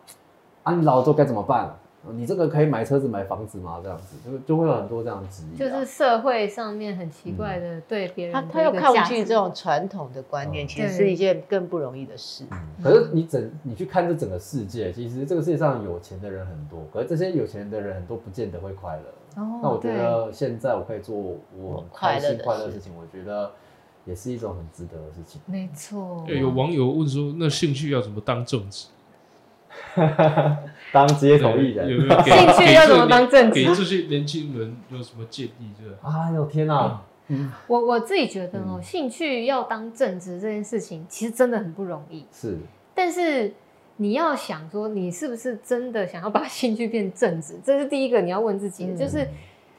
啊，你老了之后该怎么办？你这个可以买车子、买房子吗？这样子就就会有很多这样的质疑啊。
就是社会上面很奇怪的对别人
他
的
他
一
要
个
抗
价
拒
值
这种传统的观念，
嗯
其实是一件更不容易的事。
可是你整你去看这整个世界，其实这个世界上有钱的人很多，可是这些有钱的人很多不见得会快乐。
哦
那我觉得现在我可以做我很开心
快
快
乐的事
乐的事情，我觉得也是一种很值得的事情。
没错，
有网友问说，那兴趣要怎么当正职？
当职业口艺
有没
人
有给
兴趣要怎么当正职
给这些年轻人有什么建议？就是
哎呦天哪！嗯，
我我自己觉得哦，
嗯
兴趣要当正职这件事情，其实真的很不容易。
是
但是你要想说，你是不是真的想要把兴趣变正职？这是第一个你要问自己的，
嗯
就是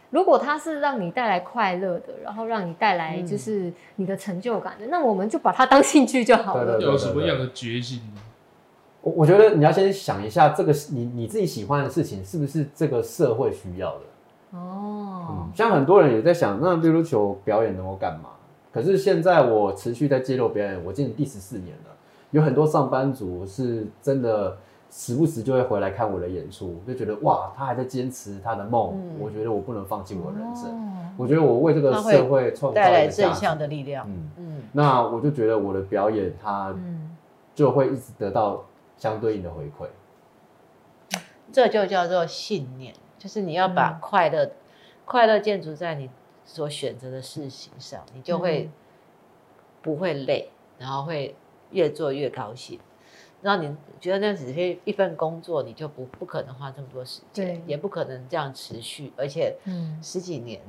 如果它是让你带来快乐的，然后让你带来
嗯
就是你的成就感的，那我们就把它当兴趣就好了。
对对
有什么样的决心呢？
我我觉得你要先想一下，这个你你自己喜欢的事情是不是这个社会需要的？
哦
哦
嗯，，像很多人也在想，那溜溜球表演能够干嘛？可是现在我持续在揭露表演，我今年第十四年了，有很多上班族是真的时不时就会回来看我的演出，就觉得哇，他还在坚持他的梦，
嗯
我觉得我不能放弃我的人生，
哦
我觉得我为这个
那会
社会创造
带
一
来
个
正
价
向
值。
的力量。
嗯，
嗯，
那我就觉得我的表演它
嗯，
就会一直得到相对应的回馈。
这就叫做信念，就是你要把
嗯
快乐、快乐建筑在你所选择的事情上，你就会
嗯
不会累，然后会越做越高兴。然后你觉得那只是一份工作，你就不不可能花这么多时间
对，
也不可能这样持续，而且
嗯
十几年。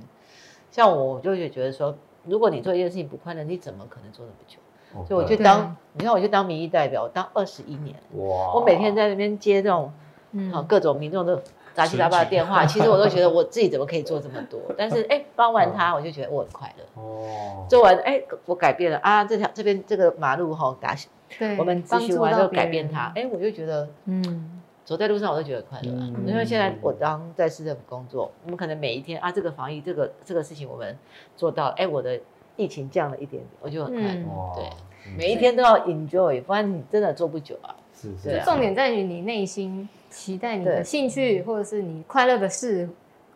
像我，我就会觉得说，如果你做一件事情不快乐，你怎么可能做那么久？
哦
所以我就
对
当，你看我就当民意代表，我当二十一年，
哇
哦
我每天在那边接这种
嗯
好，各种民众的杂七杂八的电话，其实我都觉得我自己怎么可以做这么多？但是哎，帮完
嗯
他，我就觉得我很快乐。
哦，
做完哎，我改变了啊，这条这边这个马路哈、打
对，
我们咨
帮
询
助
完之
到
后
别
改
人
变它，，哎，我就觉得
嗯，
走在路上我都觉得快乐、啊。
嗯
因为现在我当在市政府工作，我们可能每一天啊，这个防疫这个这个事情我们做到，哎，我的疫情降了一点点，我就很快乐。
嗯
哇
对，
嗯
每一天都要 enjoy，不然你真的做不久啊。
是是
对啊
是
重点在于你内心期待你的
对
兴趣或者是你快乐的事，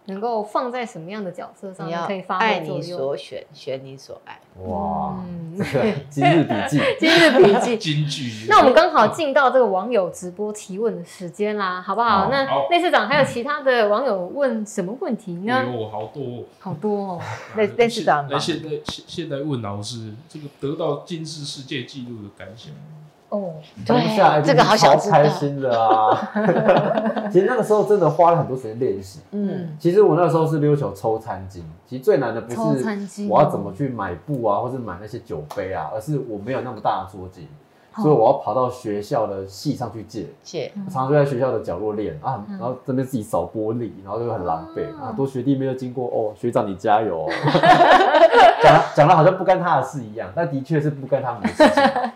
能够放在什么样的角色上
你要
可以发挥
爱你
作用。
所选，选你所爱。
哇，
嗯
这个今日笔 记，
今日笔记
京剧。啊
那我们
啊
刚好进到这个网友直播提问的时间啦，好不好？
好
那
好
内市长还有其他的网友问什么问题
哎
呢？
呦，好多、哦。
好多哦，
类类似这样吧
来，现在现现在问老师，这个得到金氏世界纪录的感想，
哦，
当下一定
这个好想
超
知道
开心的啊！ 其实那个时候真的花了很多时间练习。
嗯
嗯，
其实我那时候是溜球抽餐巾，其实最难的不
抽
是
餐巾
我要怎么去买布啊，或是买那些酒杯啊，而是我没有那么大的桌巾，
哦
所以我要跑到学校的系上去借。
姐，
嗯
常常就在学校的角落练啊，
嗯
然后这边自己扫玻璃，然后就很狼狈。
啊
啊，多学弟妹就经过哦，学长你加油、 哦，讲讲的好像不干他的事一样，但的确是不干他们的事 情。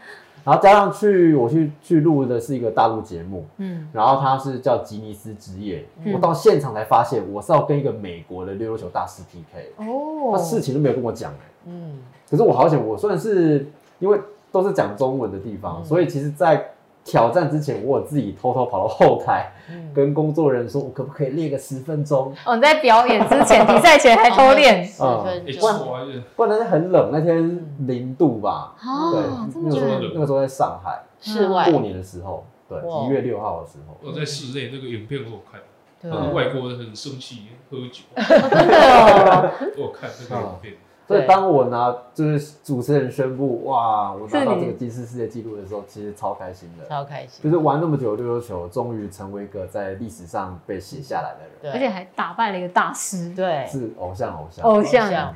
然后加上去，我去去录的是一个大陆节目，
嗯，
然后它是叫吉尼斯之夜。
嗯
我到现场才发现，我是要跟一个美国的溜溜球大师 PK，
哦
他，事情都没有跟我讲、欸
嗯，
可是我好险，我算是因为都是讲中文的地方，
嗯
所以其实，在挑战之前，我有自己偷偷跑到后台。
嗯
跟工作人员说，我可不可以练个十分钟？
哦，你在表演之前、比赛前还偷练，
十分
哎、
钟，
哇，这
不然那天很冷，那天零度吧。
哦，这么
对，那个时候
冷
那个时候在上海，
室外，
过年的时候，对，
哇
一月六号的时候，
我在室内那个影片我有看，
嗯
对
那个外国人很生气喝酒，
真的哦，
我有看那个影片，
所以当我拿就是主持人宣布哇，我拿到
是你
这个吉尼斯世界纪录的时候，其实超开心的，
超开
就
心，
是玩那么久的溜溜球，终于成为一个在历史上被写下来的人，
对，
而且还打败了一个大师
对，
是偶像偶像，
偶
偶像
像，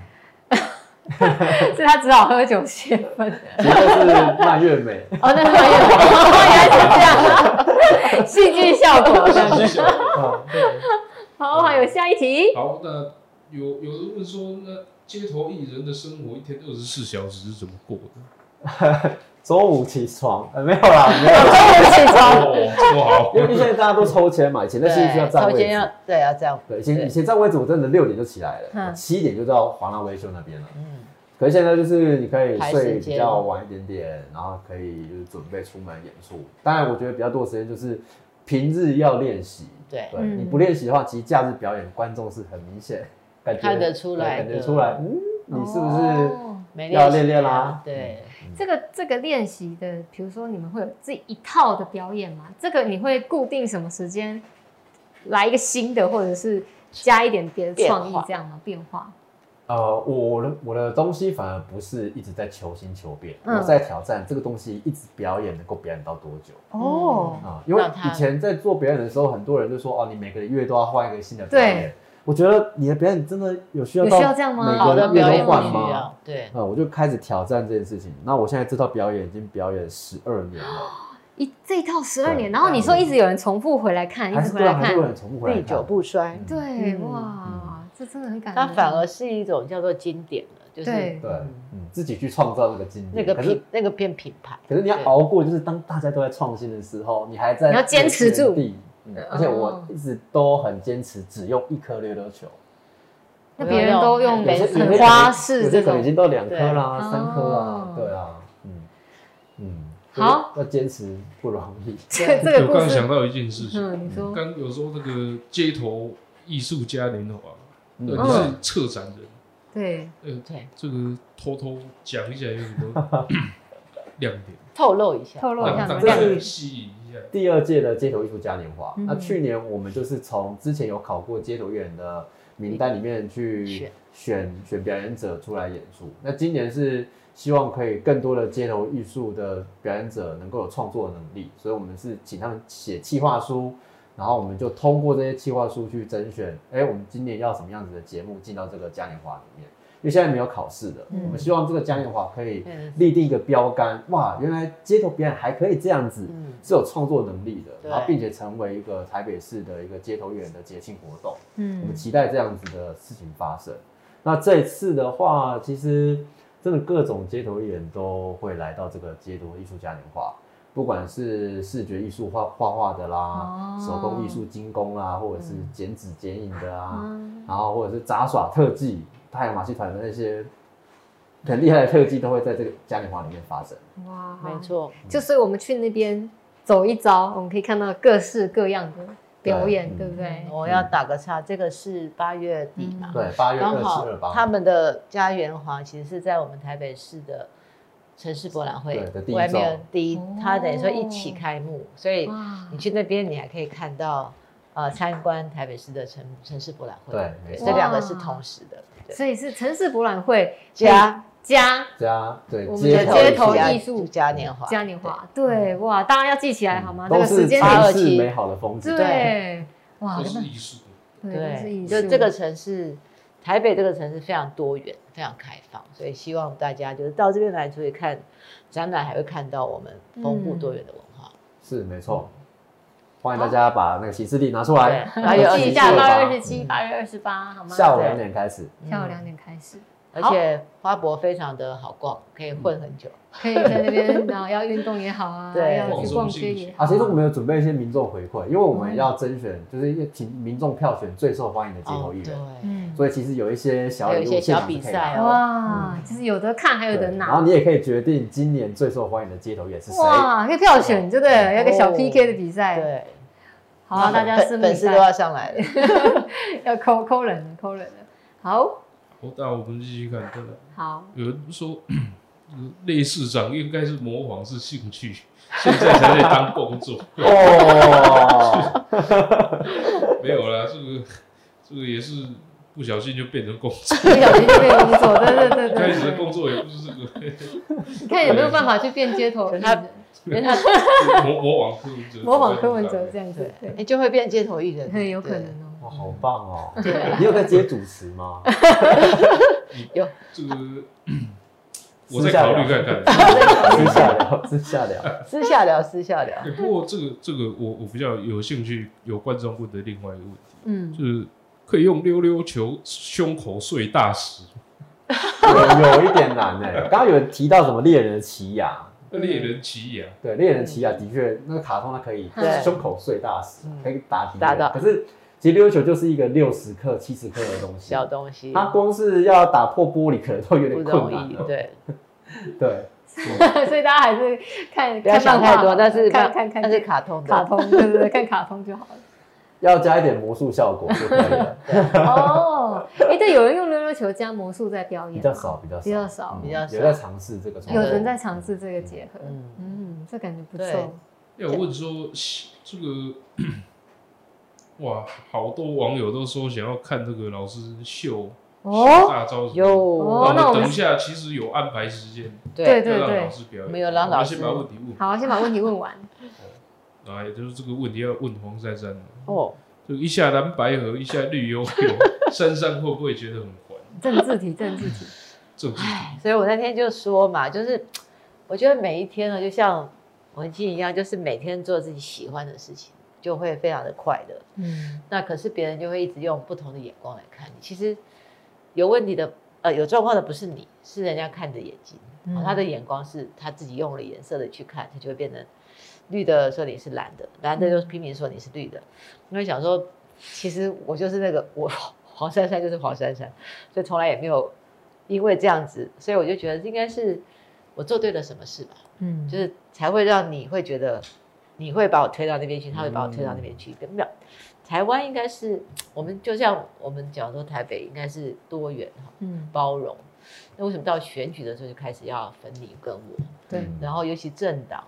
所以他只好喝酒泄愤。
绝对是蔓越 莓。
哦，那是蛮有，哦原来是这样， 戏剧效果这样子。
嗯
好，还有下一题。
好，那有有人问说，那街头艺人的生活一天二十四小时是怎么过的？
中午起床，呃，没有啦，没有啦。
起床，
哦，不好
因为现在大家都抽签嘛，以前那
对，
是需要占
抽
位
签
置
要。对要站，
对，以前以前占位置，我真的六点就起来了，
嗯
七点就到华纳维修那边了。
嗯，
可是现在就是你可以
排
睡
时间
比较晚一点点，然后可以就是准备出门演出。当然，我觉得比较多的时间就是平日要练习。
对
对，
嗯
你不练习的话，其实假日表演观众是很明显感觉
看得出来的
对感觉出来，嗯，你是不是？
哦
没
要
习
练练啦
啊对，
这个这个练习的，比如说你们会有自己一套的表演吗？这个你会固定什么时间来一个新的，或者是加一点别的创意
变化
这样吗？变化？
呃，我的我的东西反而不是一直在求新求变，
嗯
我在挑战这个东西一直表演能够表演到多久
哦，
啊、因为
让它
以前在做表演的时候，很多人就说哦，你每个月都要换一个新的表演。我觉得你的表演真的有需要
有
到
需要这样吗
每
好
个
的
月
表
都
演不
换
需
吗？
要，对，
呃，我就开始挑战这件事情。那我现在这套表演已经表演十二年
啊
了，
一这一套十二
对
年，然后你说一直有人重复回来看，一
还
直
是
回
对啊，
来
还是
看
有，人重复回来
历久
看。
不衰。
对，
嗯
哇，这真的很感人。
它反而是一种叫做经典了，就是
对
对，嗯，自己去创造那个经
那
典。
个
可是
品那个变品牌。
可是你要
对
熬过，就是当大家都在创新的时候，你还在
你要坚持住哦
原地。嗯而且我一直都很坚持，只用一颗溜溜球，
那别人都用
有些有些可
很
能
花式
有些
这
可能已
种，
经到两颗啦、
对
三颗啦
哦，
对啊，嗯嗯，
好，
要坚持不容易。
这这个
我
故
刚才想
事，
到一件事情，
嗯，你说，
刚有时候那个街头艺术家联欢，
嗯
呃你是策展人，
对，
对，
这个偷偷讲一下有什么 亮点，
透露一下，
透露一下
让
什么
让
这
大
亮
是
点？
家吸引一下。
第二届的街头艺术家年华。
嗯
那去年我们就是从之前有考过街头艺人的名单里面去
选
选选表演者出来演出。那今年是希望可以更多的街头艺术的表演者能够有创作能力，所以我们是请他们写企划书。然后我们就通过这些企划书去甄选，哎，我们今年要什么样子的节目进到这个嘉年华里面？因为现在没有考试的，
嗯
我们希望这个嘉年华可以
嗯
立定一个标杆，哇，原来街头表演还可以这样子，
嗯，
是有创作能力的，
对
然后并且成为一个台北市的一个街头艺人的节庆活动，我
嗯
们，期待这样子的事情发生。那这一次的话，其实真的各种街头艺人都会来到这个街头艺术嘉年华，不管是视觉艺术画画画的啦，
哦
手工艺术精工啦，或者是
嗯
剪纸剪影的啊，
嗯
然后或者是杂耍特技、太阳马戏团的那些很厉害的特技，都会在这个嘉年华里面发生。
哇，
没，错，
就是我们去那边走一遭，我们可以看到各式各样的表演，
对
对不对？
嗯我要打个岔，这个是八月底嘛，
对，八月二
刚
十二
好
八，
他们的嘉园华其实是在我们台北市的城市博览会
对的第一
外面
座
第一
哦，
它等于说一起开幕，所以
哇
你去那边你还可以看到呃参观台北市的城城市博览会，
对没错
这两个是同时的，对
所以是城市博览会
加
加
加对
我们
街
的
头
街头艺
艺
术
术
嘉年华，
嘉年华，对，
嗯
哇，大家要记起来好吗？这
都
个时
是
间
八
点，
城
二
市
七
美好的风景。
对，哇
都，是艺术，
对，都是
对，
艺
就
术
这个城市，台北这个城市非常多元，非常开放，所以希望大家就是到这边来，除了看展览，还会看到我们丰富多元的文化。
是没错。欢迎大家把那个喜事历拿出来，
对
然
八月
后
二十
记一
七
下，
号
八
吧嗯
月二十七、八月二十八，好吗？
下午两点开始。
对，下午两点开始，
而且花博非常的好逛，可以混很久。
可以在那边，然 后要运动也好啊，
对
要去逛街也好
啊，其实我们有准备一些民众回馈，因为我
嗯
们要甄选，就是一些民众票选最受欢迎的街头艺人，
对，
嗯，
所以其实有一些小
还有
礼
一
物
些
现
小
场
比
是可以拿
赛
的
哦。
哇，就是有的啊看，还有的
对然后
拿
你。也可以决定今年最受欢迎的街头艺人是谁。
哇，可以票选，对不对？有一个小
哦
PK 的比赛，
对，
好啊，大家
粉
拭目
粉
以
丝都要
待。
上 来了。
要抠抠人了，抠人了。好，
好，那我们继续看。对了
好，
有人说， 呃类市长应该是模仿是兴趣，现在才在当工作。
哦，
没有啦，这个这个也是不小心就变成工 作，
不小心就被工作，对对对对
开始的
对
工作也不是这个
你看有没有办法去变街头艺
他
人，
因为他
模模仿柯文哲，
模仿柯文哲这样子
对，，
对，
哎，就会变街头艺人，
很 有可
对。
能
哇，
哦。
好棒哦！
对
你有在接主持吗？
这个我再考虑看看。
私下聊，私下聊。
私下聊，私下聊。
不过这个这个我我比较有兴趣，有观众问的另外一个问题，
嗯，
就是可以用溜溜球胸口碎大石，
有有一点难 哎、刚刚有人提到什么猎人的奇亚，
猎人奇牙，
对，猎人的奇亚的确那个卡通它可以
嗯对
胸口碎大石
嗯，
可以打敌人
打到
可是其实溜溜球就是一个六十克、七十克的东西
小，东西
它光是要打破玻璃可能都有
不
点
容
困难
易，
了。
对，
对，
所以大家还是看
不要
看
想
漫
太
画
多，
好了，
那是
看看看
那是卡通的，
卡 通，对对对，看卡通就好了。
要加一点魔术效果就可以 了，
哦，哎，对，有人用溜溜球加魔术在表演，
比较少，，比较少，
比较少
嗯
比较少
有在尝试这个嗯创
有
作，
人在尝试这个结合，
嗯。
嗯，这感觉不
对
错。
要哎问说这个， 哇，好多网友都说想要看这个老师秀学
哦，
大招什么的
哦
有，
那
那
我们
我们等一下，其实有安排时间，
对
要
对
让老
对，
师表演。
我们有让老师
我们先把问题问
好，先把问题问完。
好啊，也就是这个问题要问黄珊珊了。
哦，
就一下蓝白河，一下绿油油， 珊珊会不会觉得很烦？
政治题，政治题，
这种事情
所以我那天就说嘛，就是我觉得每一天呢，就像文静一样，就是每天做自己喜欢的事情，就会非常的快乐。
嗯，
那可是别人就会一直用不同的眼光来看你。其实有问题的，呃，有状况的不是你，是人家看你的眼睛、
嗯
哦他的眼光是他自己用了颜色的去看，他就会变成绿的说你是蓝的，蓝的就拼命说你是绿的。因为想说，其实我就是那个我黄珊珊就是黄珊珊，所以从来也没有因为这样子，所以我就觉得应该是我做对了什么事吧。
嗯，
就是才会让你会觉得你会把我推到那边去，他会把我推到那边去。跟不了，台湾应该是我们就像我们讲说台北应该是多元哈
嗯，
包容，那为什么到选举的时候就开始要分你跟我？
对，
然后尤其政党，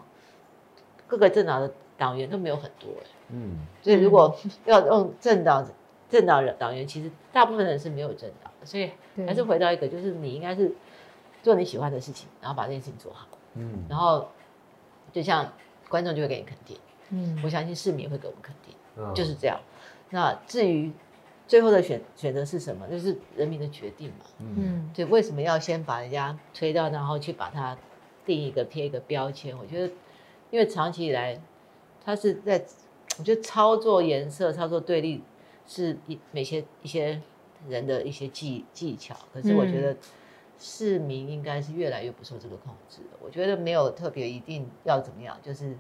各个政党的党员都没有很多、欸
嗯，
所以如果要用政党政党人党员，其实大部分人是没有政党的，所以
对，
还是回到一个，就是你应该是做你喜欢的事情，然后把这件事情做好。
嗯，
然后就像观众就会给你肯定，
嗯
我，相信市民也会给我们肯定，
嗯
就是这样。那至于最后的选选择是什么，就是人民的决定嘛。
嗯
嗯，
对，为什么要先把人家推到，然后去把它定一个贴一个标签？我觉得，因为长期以来，它是在我觉得操作颜色、操作对立是一每些一些人的一些技技巧，可
嗯
是我觉得市民应该是越来越不受这个控制了。我觉得没有特别一定要怎么样，就是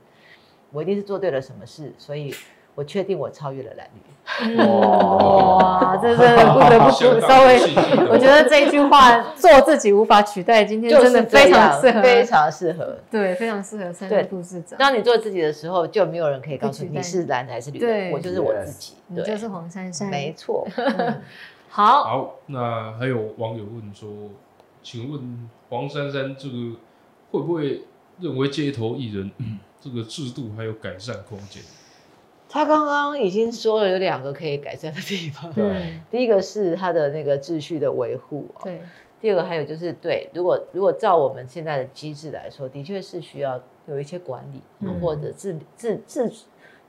我一定是做对了什么事，所以我确定我超越了蓝绿。
哇，这真的不得不
相当
稍微
有信心 的
我觉得这一句话“做自己无法取代”，今天
就
真
是
的
这
非常
样
适合，
非常适合。
对，非常适合三
对
立部市长。
当你做自己的时候，就没有人可以告诉
不取
你
代
你是蓝的还是绿
对
的，我就是我自己，
你
对，
就是黄珊珊，
没错。
好，
好，那还有网友问说，请问黄珊珊这个会不会认为街头艺人 嗯这个制度还有改善空间？
他刚刚已经说了有两个可以改善的 地方，
对
嗯，
第一个是他的那个秩序的维护、哦，
对，
第二个还有就是对，如果如果照我们现在的机制来说，的确是需要有一些管理，
嗯
或者自自自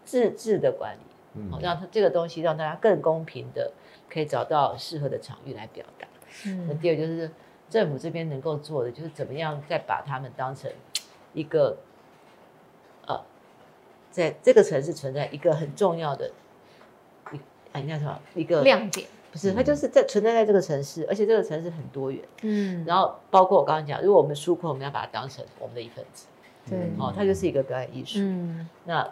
自治的管理，
嗯
哦，让他这个东西让大家更公平的可以找到适合的场域来表达。那
嗯
第二就是政府这边能够做的，就是怎么样再把他们当成一个，呃，在这个城市存在一个很重要的，一啊，应该什么？一个
亮点，
不是，它就是在存在在这个城市，而且这个城市很多元。
嗯，
然后包括我刚刚讲，如果我们纾困，我们要把它当成我们的一份子，
对，
哦，它就是一个表演艺术。
嗯，
那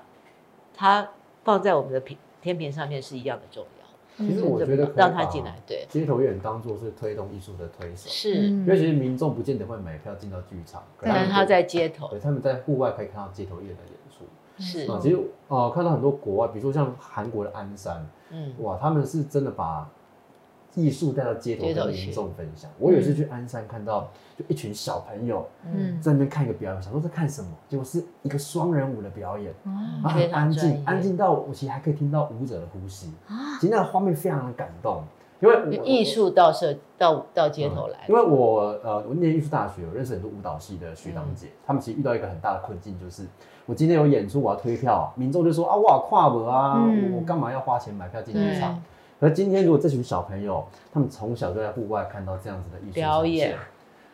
它放在我们的平天平上面是一样的重要。
嗯
其实我
怎
觉
么
得可以
让
把
它进来，对，
街头艺人当做是推动艺术的推手，
是，
因为其实民众不见得会买票进到剧场，可
对
但是它在街头
对他们在户外可以看到街头艺人的演出。
嗯
是
啊，其实哦，看到很多国外，比如说像韩国的鞍山，
嗯，
哇，他们是真的把艺术带到街头
街头
跟
去嗯
民众分享。我有一次去鞍山看到，就一群小朋友
嗯，
在那边看一个表演，想说在看什么，结果是一个双人舞的表演。
哦
啊，
嗯非
很
常
安
专
静
业，
安静到我其实还可以听到舞者的呼吸，
啊，
其实那个画面非常的感动，因为我
艺术到社到到街
嗯
头来
嗯因，为我呃，我念艺术大学，我认识很多舞蹈系的学长姐，
嗯
他们其实遇到一个很大的困境，就是我今天有演出，我要推票，民众就说啊，我有跨博啊，
嗯
我干嘛要花钱买票进剧
对
场？而今天如果这群小朋友，他们从小就在户外看到这样子的艺术
表
呈现
演，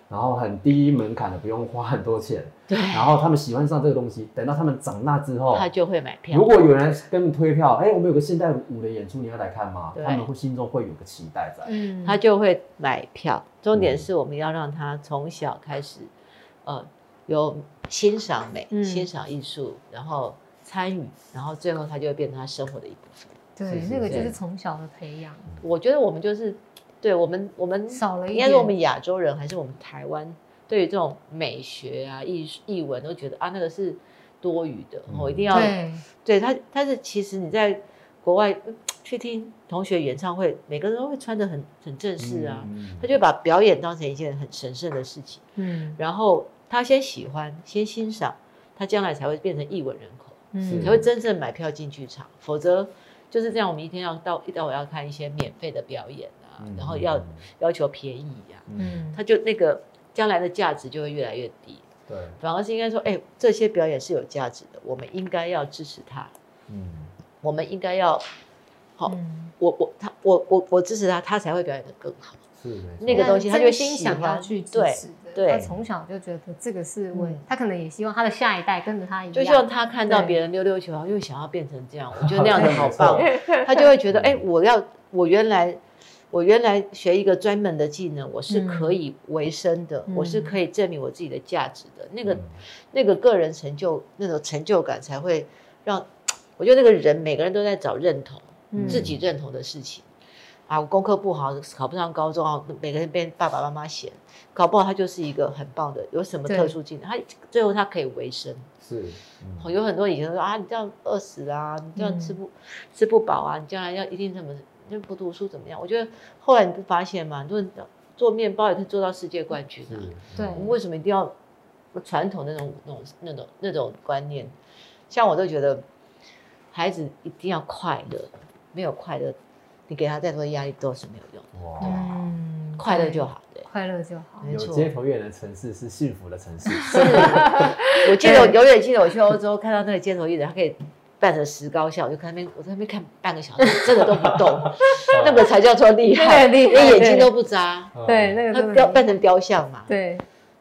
然后很低门槛的，不用花很多钱，
对，
然后他们喜欢上这个东西，等到他们长大之后，
他就会买票。
如果有人跟你推票，哎、我们有个现代舞的演出，你要来看吗？
对
他们会心中会有个期待在。
嗯，
他就会买票。重点是我们要让他从小开始，呃，有欣赏美、
嗯
欣赏艺术，然后参与，然后最后他就会变成他生活的一部分。
对
是是
那个就是
是
从小的培养，
我觉得我们就是，对我们我们
少了一
应该是我
点，
们亚洲人还是我们台湾，对于这种美学啊、艺术艺文都觉得啊，那个是多余的，
嗯
我、一定要
对，
对他，但是其实你在国外嗯去听同学演唱会，每个人都会穿的很很正式啊，
嗯
他就把表演当成一件很神圣的事情，
嗯
然后他先喜欢，先欣赏，他将来才会变成艺文人口，
嗯，
才会真正买票进剧场，否则就是这样，我们一天要到一到我要看一些免费的表演啊，啊，
嗯
然后要要求便宜呀、
嗯，
他就那个将来的价值就会越来越低。
嗯
对，
反而是应该说，哎、这些表演是有价值的，我们应该要支持他，
嗯
我们应该要好，
嗯
我我他我我我支持他，他才会表演得更好。
是没错，
那个东西他就
真
会
心
喜
想要
欢
去支
对
持的，
对
他从小就觉得这个是我
嗯，
他可能也希望他的下一代跟着他一样，
就像他看到
对
别人溜溜球，然后又想要变成这样，我觉得那样的好 棒
没
他就会觉得，
嗯
哎、我要我原来。我原来学一个专门的技能，我是
嗯
可以维生的，
嗯
我是可以证明我自己的价值的。那个、
嗯
那个个人成就那种成就感才会让，我觉得那个人每个人都在找认同，
嗯
自己认同的事情。啊，我功课不好，考不上高中啊，每个人被爸爸妈妈嫌，搞不好他就是一个很棒的，有什么
对
特殊技能，他最后他可以维生。
是，
哦，
嗯
有很多以前说啊，你这样饿死啊，你这样吃
嗯
不、吃不饱啊，你将来要一定怎么，就不读书怎么样？我觉得后来你不发现吗？很多人做面包也可以做到世界冠军啊，
是嗯
对
我们为什么一定要传统那种那种那种那种观念？像我都觉得，孩子一定要快乐，没有快乐，你给他再多压力都是没有用的，
哇，
嗯
快乐就，好。对
对，快乐就好，
没
有
错
街头艺人的城市是幸福的城 市，
我记得我永远记得我去欧洲看到那个街头艺人，他可以扮成石膏像，我就看那边我在那边看半个小时， 真的都不动，那个才叫做厉
那个
害，
很厉害
连眼睛
对
都不眨，
对，那
个
个
他
真的
雕
很
扮成雕像嘛，
对，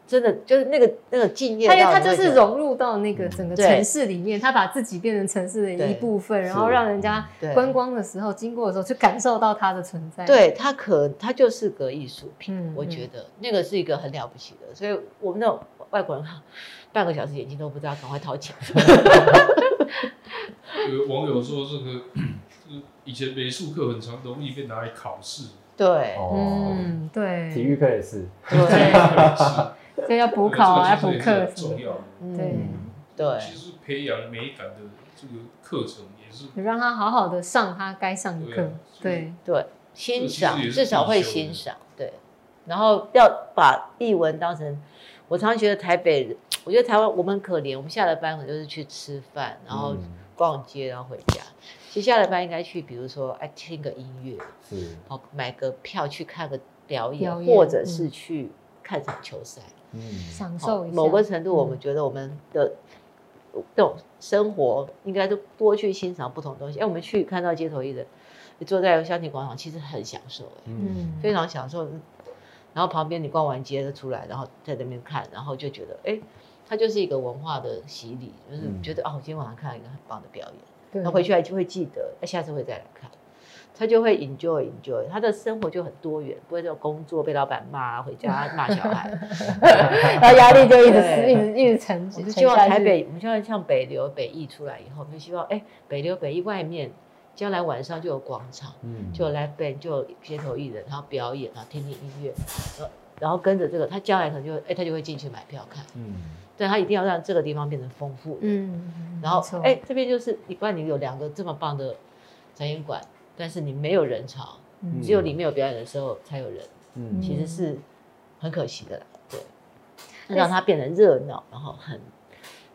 真的就是那个那种敬业
他
到你
就
会觉
他
得，
就是融入到那个
嗯
整个
对
城市里面，他把自己变成城市的一
对
部分，然
是
后让人家
对
观光的时候经过的时候去感受到它的存在。，
对他可他就是个艺术品，
哎嗯
我
嗯
觉得那个是一个很了不起的，所以我们那种外国人半个小时眼睛都不眨，赶快 掏钱。
有网友说这个 这个以前美术课很常容易被拿来考试，
对
哦，
嗯，对，
体育课也是，
对
对，这要补考啊，要补课什么
重
的
要
对
的。
嗯
嗯
对
其实培养美感的这个课程也是啊
你让他好好的上他该上的课。
对啊
对，
对，欣
这
赏
其实也是
至少会
必修的
欣赏，对，然后要把译文当成，我常常觉得台北人，我觉得台湾我们很可怜，我们下了班可能就是去吃饭，然后
嗯
逛街，然后回家。其实下了班应该去，比如说哎听个音乐，
是，
哦，买个票去看个表演，
表演
或者是去看场球赛。
嗯，
享
好
受一下
某个程度，我
嗯
们觉得我们的呃这种生活应该都多去欣赏不同东西。哎，我们去看到街头艺人，你坐在香亭广场，其实很享受，哎
嗯，
非常享受。然后旁边你逛完街就出来，然后在那边看，然后就觉得，哎，它就是一个文化的洗礼，就是
嗯
觉得、哦，我今天晚上看了一个很棒的表演。
对
那 回去还就会记得，那下次会再来看，他就会 enjoy enjoy，他的生活就很多元，不会这种工作被老板骂，回家骂小 孩。
然后压力就一直
对
一直一直沉，
我
沉
们希望
下去
台北，我们希望像北流、北艺出来以后，我们就希望哎，北流、北艺外面将来晚上就有广场，
嗯
就有 live band，就有街头艺人，然后表演，然后听听音乐，然后然后跟着这个，他将来可能就会哎，他就会进去买票看，
嗯，
但他一定要让这个地方变成丰富的。
嗯，
然后
没错
哎，这边就是你，不然你有两个这么棒的展演馆，但是你没有人潮，
嗯
只有里面有表演的时候才有人，
嗯
其实是很可惜的啦。对，那让它变得热闹，然后很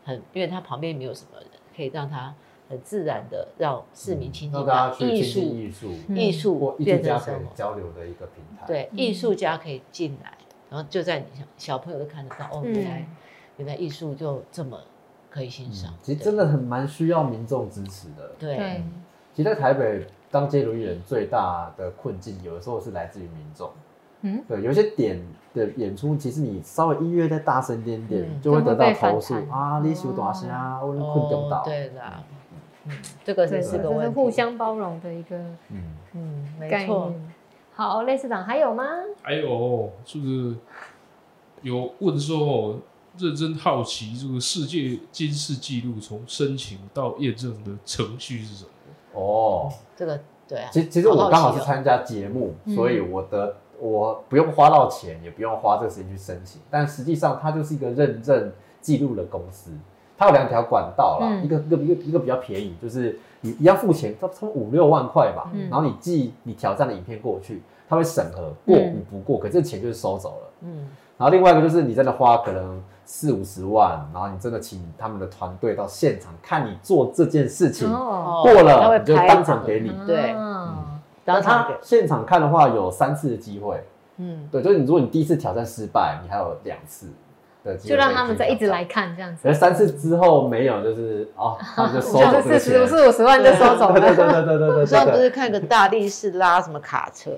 很，因为它旁边没有什么人，可以让它很自然的让市民亲近
嗯让大
到
家去
艺
亲近
术，
艺术，
嗯
艺
或
术
艺
变
术
成
家
什
可以
么？
交流的一个平台，，
对，
嗯
艺术家可以进来，然后就在你小小朋友都看得到，哦，原来
嗯
原来艺术就这么可以欣赏。
嗯其实
啊对
真的很蛮需要民众支持的。
对
对，
其实，在台北当街头艺人最大的困境，有的时候是来自于民众。
嗯，
对，有些点的演出，其实你稍微音乐再大声一点点，
嗯
就会得到投
就
诉
会被反
啊，你修大声啊，我困不
哦
到。，
对啦，嗯，这个
对，
也
这
是
个这
个问
是
题，
互，相包容的一个
嗯，
嗯，没
概
错，
念。好，类似长还有吗？
还有这个有问说哦，认真好奇这个世界金氏纪录从申请到验证的程序是什么？
哦，
这个对啊，
其实其实我
好好奇哦
刚好是参加节目，
嗯
所以我的我不用花到钱，也不用花这个时间去申请，但实际上它就是一个认证记录的公司。它有两条管道啦，
嗯
一个一个一个一个比较便宜，就是你你要付钱，差不多五六万块吧，
嗯
然后你寄你挑战的影片过去，它会审核过
嗯
与不过，可这钱就是收走了。
嗯，
然后另外一个就是你真的花可能四五十万，然后你真的请他们的团队到现场看你做这件事情、
哦，
哦
过
他
了，
会
你就
拍嗯
当场给你。
啊
对
嗯但
当场
他
给，
现场看的话，有三次的机会。
嗯，
对，就是你如果你第一次挑战失败，你还有两次的机会
就让他们
可
再
以
一直
去
嗯
挑战
来。看这样子。
而哎三次之后没有，就是 哦，他们就收走
就是
这个
四十
钱。
五、四五十万就收走
对对对
了。
对对对对
我上次不
对。
是看个大力士拉什么卡车，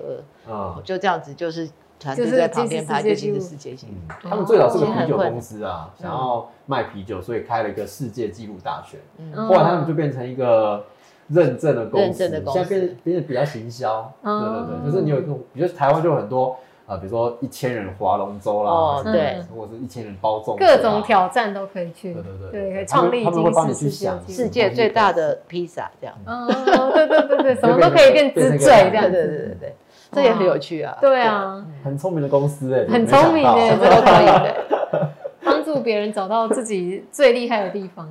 嗯
就这样子，就是团
就
队
是
在旁
吉
边
尼斯
拍
世界
就吉尼
纪录
斯世界纪录
嗯，他们最早是个啤酒公司啊，
嗯
想要卖啤酒，所以开了一个世界纪录大全。
嗯
嗯，
后来他们就变成一个认证的公
认
司，
证的公司
现在变变得比较行销。对
哦
对对，就是你有一种，比如说台湾就有很多呃，比如说一千人划龙舟啦，
哦
什么
对
或者是一千人包粽子啊，
各种挑战都可以去，
对对对
对，可以
他们
创立
他们会帮你
已经
去想
世
世
界纪录。
界最大的披萨这样，
哦，对对对 对，什么都可以变之最这
对
样
对
子。嗯
对对对，这也很有趣啊，
对啊，
很聪明的公司哎、欸，
很聪明
哎、
耶
什 么都可以的，
帮助别人找到自己最厉害的地方。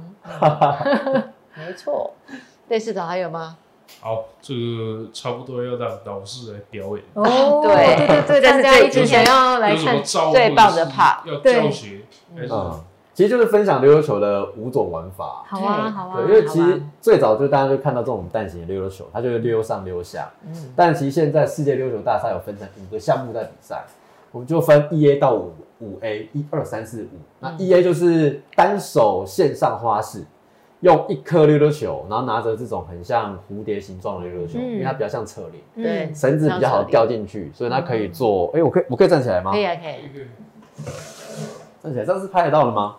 没错。类似的还有吗？
好，这个差不多要让老师来表演，
哦，
对
对对对，
这
大
是
家
最
一直
有什
想
么
要来
有什么
看，
招
最棒
或者
的
是
part
要
对
教学还是
嗯，其实就是分享溜溜球的五种玩法。
好啊好啊
对，因，为
好
其实
玩
最早就大家就看到这种蛋形的溜溜球，它就是溜上溜下。
嗯，
但其实现在世界溜球大赛有分成五个项目在比赛，我们就分一 A 到五五 A 一二三四五。那
嗯
一 A 就是单手线上花式，用一颗溜溜球，然后拿着这种很像蝴蝶形状的溜溜球，
嗯
因为它比较像侧脸，
对
嗯
绳子比较好掉进去，所以它可以做。哎、我可以我可以站起来吗
可？以啊，可以，
站起来，这样是拍得到的吗？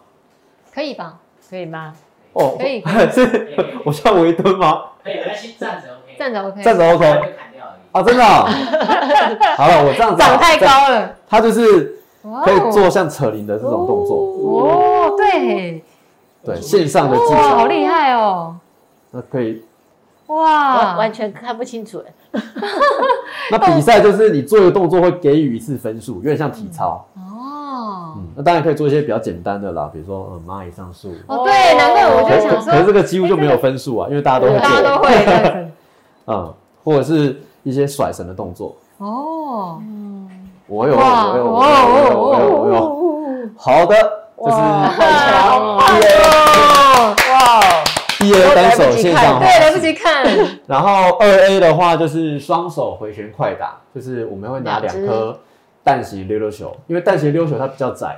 可以吧？
可以吗？
哦，
可以
是 我需要围蹲吗？
可以，没关系，站着 OK。
站着 OK，
站着 OK
被砍掉而已。
啊，真的 哦、好了，我这样子啊
长太，高了，
它就是
哇哦
可以做像扯铃的这种动作。
哦，对，
对，线上的技
哇，
巧，
好厉害哦，
那可以。
哇，
完完全看不清楚，
那比赛就是你做一个动作会给予一次分数，有点像体操。
哦，
嗯，那当然可以做一些比较简单的啦，比如说嗯蚂蚁上树。
哦，对，难怪我
可
就是想
可是这
说，哎
个几乎就没有分数啊，因为大家都会
大家都
做。
会这样子，
嗯，或者是一些甩绳的动作。
哦，
我有，
哇
我有，我有，我有，我 有，我有。好的，这是
强
棒哦，
哇哦，
第二单手线上
对，来不及看，
然后二 A 的话就是双手回旋快打，就是我们会拿两
两
颗蛋形溜溜球，因为蛋形溜溜球它比较窄，